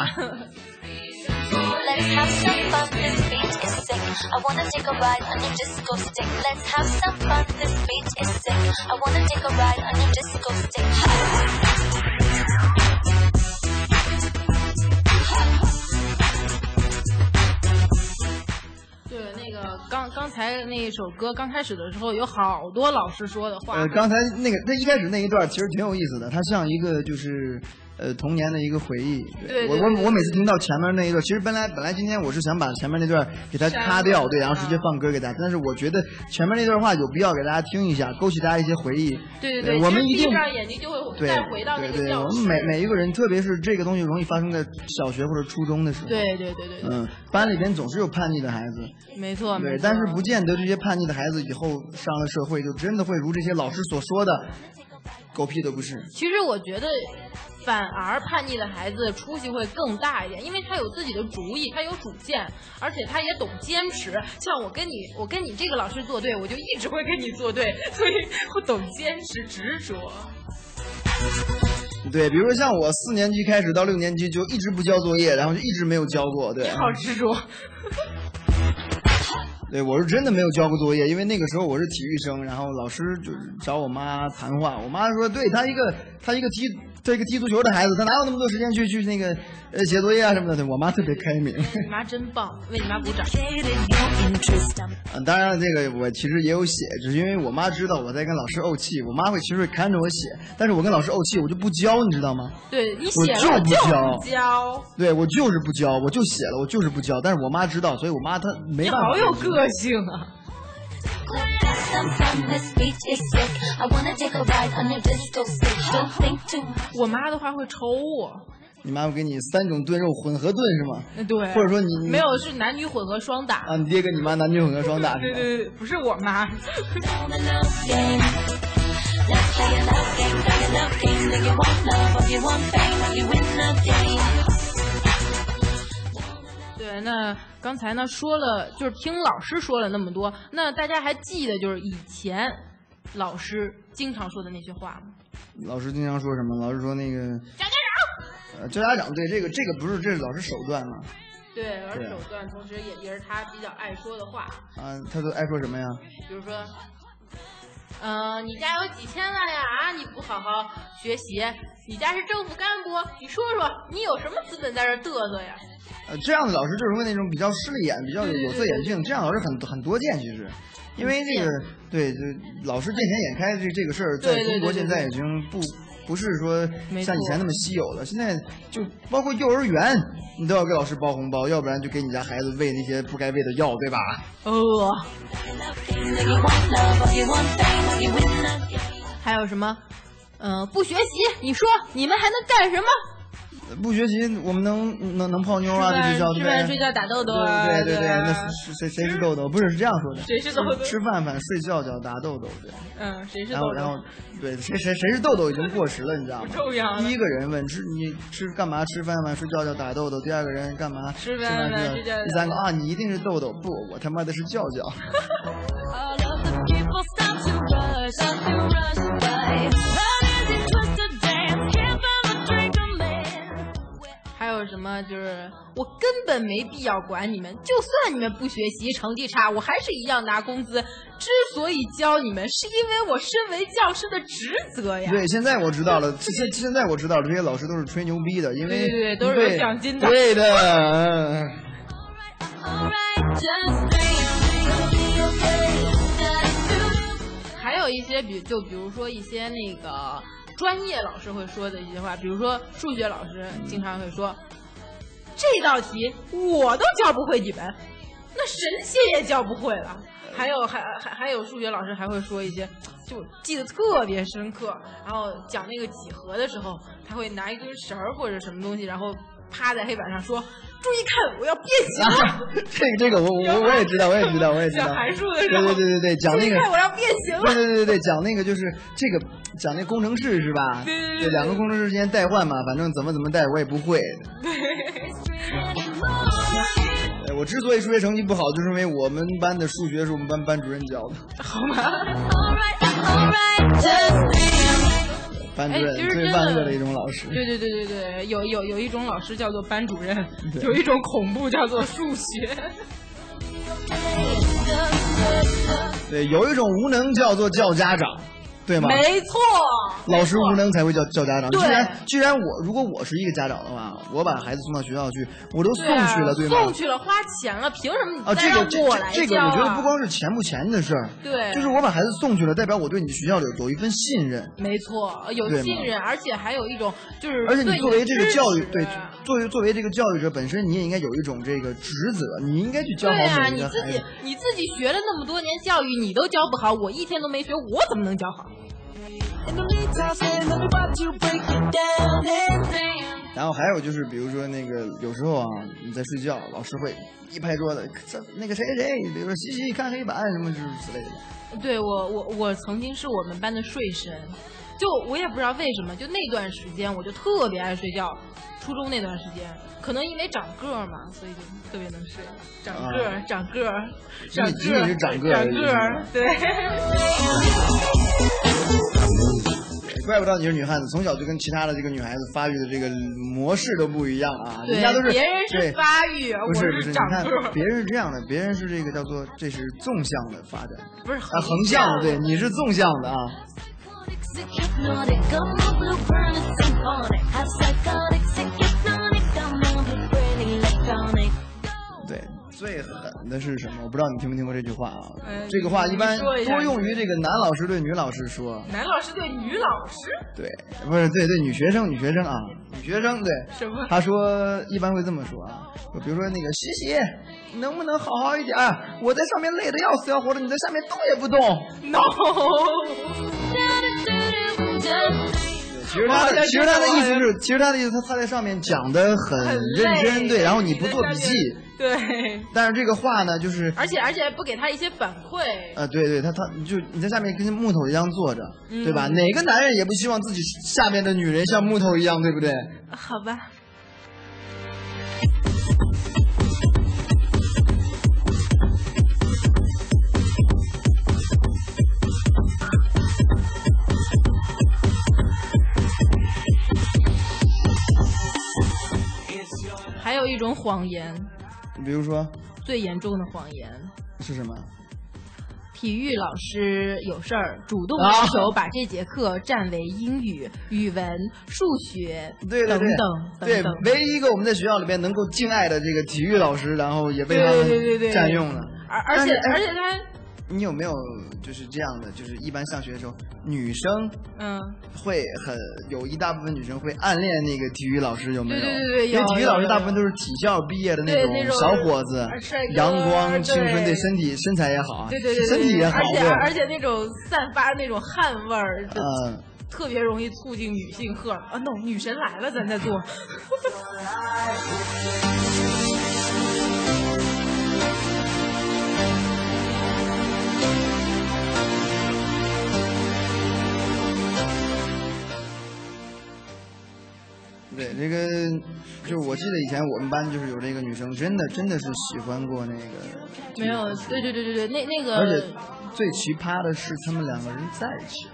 Let's have some fun. This beat is sick. I wanna take a ride on your disco stick. Let's have some fun. This beat is sick. I wanna take a ride on your disco stick.
对那个刚刚才那一首歌刚开始的时候，有好
呃
多老师说的话。
呃，刚才那个那一开始那一段其实挺有意思的，它像一个就是呃童年的一个回忆。
对
我
对
我
对
我每次听到前面那一段，其实本来本来今天我是想把前面那段给它
删啊
咔掉，
了
对，然后直接放歌给大家。但是我觉得前面那段话有必要给大家听一下，勾起大家一些回忆。
对对
呃
对，
我们
其实
一定
闭上眼睛就会
对
再回到那
对
个
对，
教
我
室。
们每每一个人，特别是这个东西容易发生在小学或者初中的时候。
对对对对对，
嗯，班里边总是有叛逆的孩子，
没错没
对，
错。
但是不见得这些叛逆的孩子以后上了社会就真的会如这些老师所说的，狗屁都不是。
其实我觉得，反而叛逆的孩子出息会更大一点，因为他有自己的主意，他有主见，而且他也懂坚持。像我跟你，我跟你这个老师作对，我就一直会跟你作对，所以我懂坚持执着。
对，比如说像我四年级开始到六年级就一直不交作业，然后就一直没有交过，对
你，好执着，
对我是真的没有交过作业，因为那个时候我是体育生，然后老师就是找我妈谈话，我妈说，对他一个他一个踢他一个踢足球的孩子，他哪有那么多时间去去那个呃写作业啊什么的？对我妈特别开明。
你妈真棒，为你妈鼓掌。
嗯，当然了，这个我其实也有写，只是因为我妈知道我在跟老师怄气，我妈会其实会看着我写，但是我跟老师怄气，我就不教，你知道吗？
对你
我
写
就
了
不
就
交
不交，
对我就是不教，我就写了，我就是不教，但是我妈知道，所以我妈她没
你
办法。
好有个性啊！
This beach is sick. I wanna take a ride on your disco stick. Don't think too much.
我妈的话会抽我，
你妈会给你三种炖肉混合炖是吗？
呃对，
或者说你你
没有是男女混合双打。
啊，你爹跟你妈男女混合双打是
对
吗？
对对，不是我妈。 对，那刚才呢说了，就是听老师说了那么多，那大家还记得就是以前老师经常说的那些话吗？
老师经常说什么？老师说那个
张家
呃，教家长对这个这个不是这是老师手段嘛？
长，对，而
对
手段同时也也是他比较爱说的话，
啊，他都爱说什么呀？
比如说，呃，你家有几千万呀？啊，你不好好学习，你家是政府干部，你说说，你有什么资本在这嘚瑟呀？
呃，这样的老师就是会那种比较势利眼、比较有有色眼镜，这样的老师很很多见，其实，因为这个对，就老师见钱眼开这这个事儿，在
嗯对对
中国
对对
现在已经不不是说
没
像以
错
前那么稀有了，现在就包括幼儿园，你都要给老师包红包，要不然就给你家孩子喂那些不该喂的药，对吧？
呃，还有什么？嗯、不学习，你说你们还能干什么？
不学习，我们能能能泡妞啊，在学校
吃
对不
饭
对？
睡觉打豆豆啊，
对对对
啊
那是谁谁是豆豆？不是是这样说的，
谁是豆豆
吃饭饭，睡觉觉，打豆豆，对。
嗯，谁是
然
豆
后
豆？
然后，对谁谁谁是豆豆已经过时了，你知道吗？
不重要了
第一个人问吃你吃干嘛？吃饭吗？睡觉觉打豆豆。第二个人干嘛？
吃
吃
饭
饭
吗
睡
睡觉觉
第三个啊，你一定是豆豆，不，我他妈的是叫叫。
还有什么？就是我根本没必要管你们，就算你们不学习，成绩差，我还是一样拿工资。之所以教你们，是因为我身为教师的职责呀。
对，现在我知道了，现现现在我知道了，这些老师都是吹牛逼的，因为
对对对都是有奖金的
对的。 嗯
还有一些比就比如说一些那个专业老师会说的一些话，比如说数学老师经常会说，这道题我都教不会你们，那神仙也教不会了。还有还还还有数学老师还会说一些，就我记得特别深刻。然后讲那个几何的时候，他会拿一根绳儿或者什么东西，然后趴在黑板上说：“注意看，我要变形了。
啊，这个这个我我我也知道，我也知道，我也知道。
讲函数的
对
时候
对对对对，讲那个
注意看，我要变形了。
对对对对对，讲那个就是这个讲那工程师是吧？
对对对对
两个工程师之间代换嘛，反正怎么怎么代我也不会。对。哎我之所以数学成绩不好，就是因为我们班的数学是我们班班主任教的。好吗？班主
哎其
任
实
最
真
万
的
恶的一种老师。
对对对对对，有有有一种老师叫做班主任，
对
有一种恐怖叫做数学。
对，有一种无能叫做叫家长。对吗？
没错，
老师无能才会叫叫家长。
对
居然居然我如果我是一个家长的话，我把孩子送到学校去，我都送
对啊
去了，对吗？
送去了，花钱了，凭什么
啊，
你再
这个
让
这
我来
这这个，
教
我觉得
啊
不光是钱不钱的事儿，
对
就是我把孩子送去了，代表我对你学校有有一份信任，
没错，有
对吗
信任，而且还有一种就是，
而且你作为这个教育，对
对的支持，
作为作为这个教育者本身，你也应该有一种这个职责，你应该去教好
对啊，
每一
你
个
自
孩
己
子。
你自己学了那么多年教育，你都教不好，我一天都没学，我怎么能教好？
In the late house and I'm about to break it down and down.
然后还有就是，比如说那个有时候啊，你在睡觉，老师会一拍桌子，这那个谁谁，谁，比如说西西看黑板什么之之类的。
对我，我我曾经是我们班的睡神，就我也不知道为什么，就那段时间我就特别爱睡觉。初中那段时间，可能因为长个儿嘛，所以就特别能睡。长个儿，
啊
长个儿，
所
长
以
个
你
儿，
是长个儿
长个儿， 对。
怪不到你是女汉子，从小就跟其他的这个女孩子发育的这个模式都不一样啊，
对
人家都是
别人是
对
发育
不
我
是
是
不是，你
长
看
个儿
别人是这样的，别人是这个叫做这是纵向的发展，
不是
啊横向的，对，你是纵向的啊，
Sick hypnotic, I'm a blue burn, it's symbolic. I'm psychotic, sick hypnotic, I'm on the brain electronic.
对。最狠的是什么？我不知道你听没听过这句话啊
哎？
这个话一般
你说一下
多用于这个男老师对女老师说，
男老师对女老师，
对，不是对对女学生女学生啊，女学生对。
什么
他说一般会这么说啊，就比如说那个西西，能不能好好一点儿？我在上面累得要死要活的，你在下面动也不动。
？No，
其实他
我好像
的其实他的
知道
意思是，其实他的意思他他在上面讲的很认真，
累
对，然后你不做笔记，
对，
但是这个话呢，就是
而且而且不给他一些反馈，
啊，对对，他他你就你在下面跟木头一样坐着，
嗯
对吧？哪个男人也不希望自己下面的女人像木头一样，对不对？
好吧。还有一种谎言，
你比如说
最严重的谎言，
是什么？
体育老师有事儿，主动
啊
要求把这节课占为英语、语文、数学
对对
等
对
等等
对
等，。
唯一一个我们在学校里边能够敬爱的这个体育老师，然后也被他
对对对
们
对
占用了。
而
但
而且
是哎
而且他，
你有没有就是这样的？就是一般上学的时候，女生啊
嗯，
会很有一大部分女生会暗恋那个体育老师，有没有？
对对对对
因为
有
体育老
有
师
有
大部分都是体校毕业的
对那
种
种
小伙子
帅哥，
阳光、青春，
对
身体身材也好啊，
对对对对，
身体也好，
而且
对
而且那种散发那种汗味儿，就
嗯，
特别容易促进女性荷尔啊，no，女神来了，咱再做。
对这个，就是我记得以前我们班就是有这个女生，真的真的是喜欢过那个
没有，对对对对对，那那
而且
个，
最奇葩的是，他们两个人在一起了。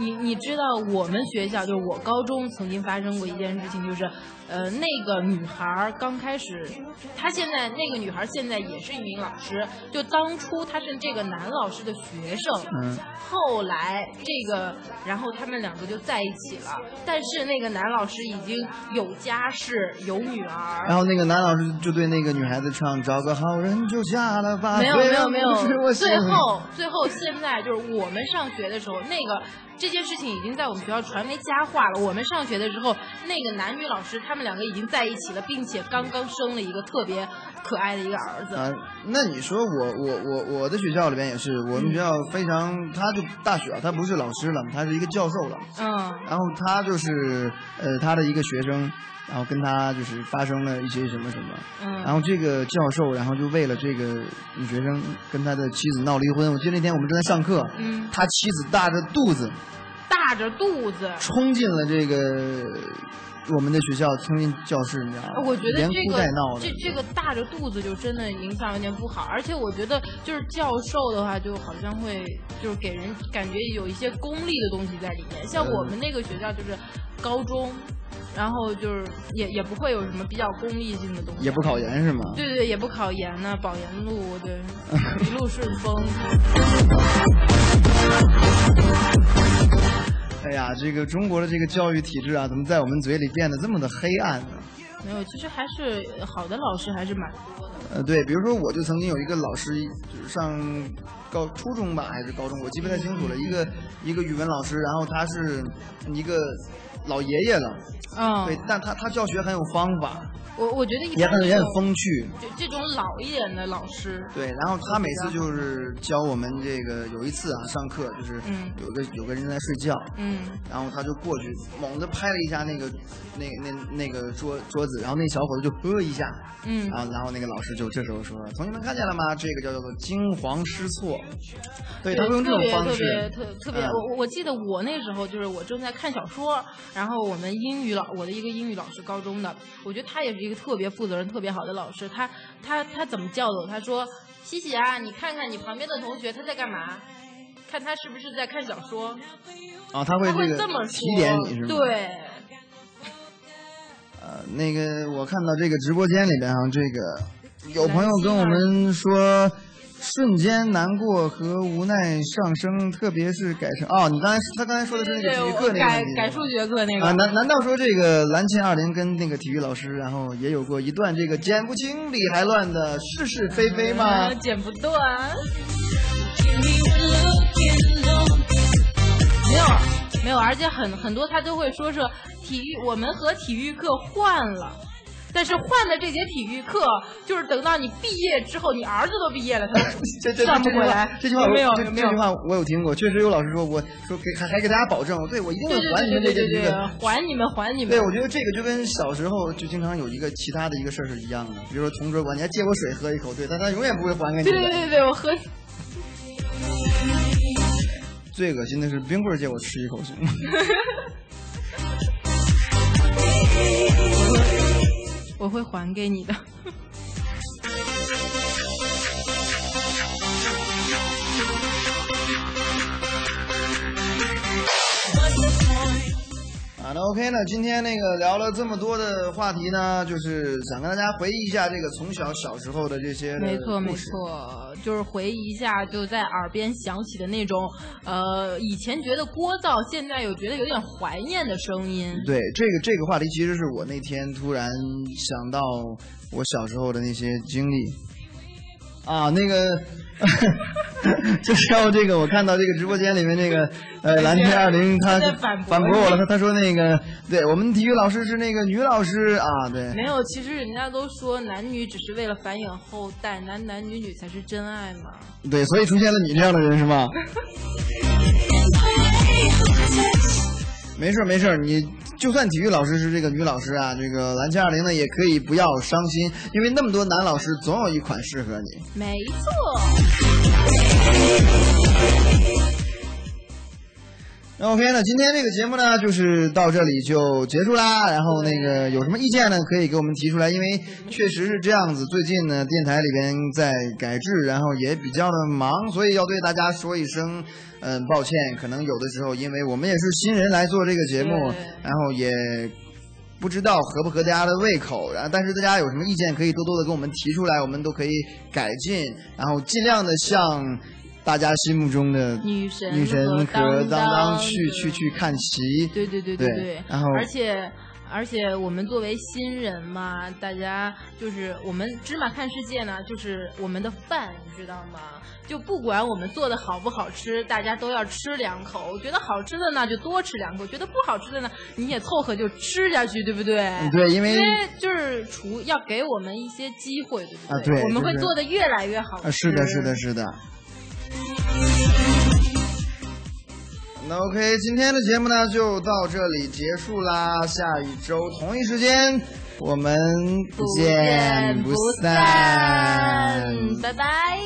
你你知道我们学校就是我高中曾经发生过一件事情，就是，呃，那个女孩儿刚开始，她现在那个女孩儿现在也是一名老师，就当初她是这个男老师的学生，
嗯，
后来这个，然后他们两个就在一起了，但是那个男老师已经有家室有女儿，
然后那个男老师就对那个女孩子唱：“找个好人就嫁了吧。”
没有没有没
不啊 是
有，
我
最
幸福
后最后现在就是我们上学的时候，那个这件事情已经在我们学校传为佳话了。我们上学的时候，那个男女老师他们两个已经在一起了，并且刚刚生了一个特别可爱的一个儿子。
啊，那你说我我我我的学校里边也是，我们学校非常，他就大学啊，他不是老师了，他是一个教授了。
嗯，
然后他就是呃他的一个学生，然后跟他就是发生了一些什么什么，
嗯
然后这个教授，然后就为了这个女学生跟他的妻子闹离婚。我记得那天我们正在上课，
嗯
他妻子大着肚子
大着肚子，
冲进了这个我们的学校，冲进教室，你知道吗？
我觉得
连
这
哭
个
带闹的
这。这个大着肚子就真的影响有点不好，而且我觉得就是教授的话，就好像会就是给人感觉有一些功利的东西在里面。像我
嗯
们那个学校就是高中，然后就是也也不会有什么比较功利性的东西，
也不考研是吗？
对对，也不考研呢、 保研路对，一路顺风。
哎呀，这个中国的这个教育体制啊，怎么在我们嘴里变得这么的黑暗呢？
没有，其实还是好的老师还是蛮多的。
呃，对，比如说我就曾经有一个老师，就是上高初中吧还是高中，我记不太清楚了，一个一个语文老师，然后他是一个老爷爷了，
嗯
对，但他他教学很有方法，
我我觉得一
也
般
很也
这
很
种
风趣，
就这种老一点的老师，
对，然后他每次就是教我们这个，有一次啊上课就是
嗯
有个有个人在睡觉，
嗯，
然后他就过去猛地拍了一下那个那那那个桌桌子，然后那小伙子就呵一下，啊
嗯
然后然后那个老师就这时候说，同学们看见了吗？这个叫做惊惶失措，对他会用这种方式，
特别特特别特别，
嗯
我我我记得我那时候就是我正在看小说，然后我们英语老我的一个英语老师，高中的，我觉得他也是一个特别负责任、特别好的老师。他他他怎么教的我？他说：“西西啊，你看看你旁边的同学他在干嘛，看他是不是在看小说。”
啊，他会
他会
这
么
个
说，
提点你是吗？。
对，
呃，那个我看到这个直播间里边啊，这个有朋友跟我们说，瞬间难过和无奈上升，特别是改成哦，你刚才他刚才说的是那个体育课
我
那个
改
问题
改数学课那个
啊，难难道说这个蓝千二零跟那个体育老师，然后也有过一段这个剪不清理还乱的是是非非吗？
嗯剪不断。没有，没有，而且很很多他都会说是体育，我们和体育课换了。但是换的这节体育课，就是等到你毕业之后，你儿子都毕业了，他都
这这
转
这
不
句
回
话
来，。哦
这句话我
没有
这
没
这
有
句，话我有听过，确实有老师说，我说给还还给大家保证，对我一定
对
会
对
还你
对
们这
对
节
对
体育
对，
课。
还你们还你们。
对，我觉得这个就跟小时候就经常有一个其他的一个事儿是一样的，比如说同桌管你还借我水喝一口，对，但他永远不会还给你
对
的。
对对对，我和
最恶心的是冰棍儿借我吃一口行吗？
我会还给你的。
啊，那 OK 呢？今天那个聊了这么多的话题呢，就是想跟大家回忆一下这个从小小时候的这些的
没错没
故事
错，就是回忆一下，就在耳边响起的那种，呃，以前觉得聒噪，现在又觉得有点怀念的声音。
对，这个这个话题其实是我那天突然想到我小时候的那些经历啊，那个。 就是要这个，我看到这个直播间里面那个，呃，蓝天二零他
他在反驳
反驳我了，
你
他他说那个，对我们体育老师是那个女老师啊，对，
没有，其实人家都说男女只是为了繁衍后代，男男女女才是真爱嘛。
对，所以出现了你这样的人是吗？没事儿没事儿，你就算体育老师是这个女老师啊，这个蓝七二零呢也可以不要伤心，因为那么多男老师总有一款适合你。
没错，
那 OK 那今天这个节目呢，就是到这里就结束啦。然后那个有什么意见呢，可以给我们提出来，因为确实是这样子。最近呢，电台里边在改制，然后也比较的忙，所以要对大家说一声，嗯，抱歉，可能有的时候因为我们也是新人来做这个节目
对，
然后也。不知道合不合大家的胃口，然后但是大家有什么意见可以多多的跟我们提出来，我们都可以改进，然后尽量的向大家心目中的
女神
女神和
和
当
当
当
当
去去去看齐，
对对对
对
对，
然后
而且。而且我们作为新人嘛，大家就是我们芝麻看世界呢，就是我们的饭，你知道吗？就不管我们做的好不好吃，大家都要吃两口。觉得好吃的呢，就多吃两口；觉得不好吃的呢，你也凑合就吃下去，对不对？
嗯对因为
就是厨要给我们一些机会，对不
啊对
我们会
就是
做的越来越好吃。
啊，是的，是的，是的。那 OK，今天的节目呢就到这里结束啦，下一周同一时间我们不见
不
散，
嗯，拜拜。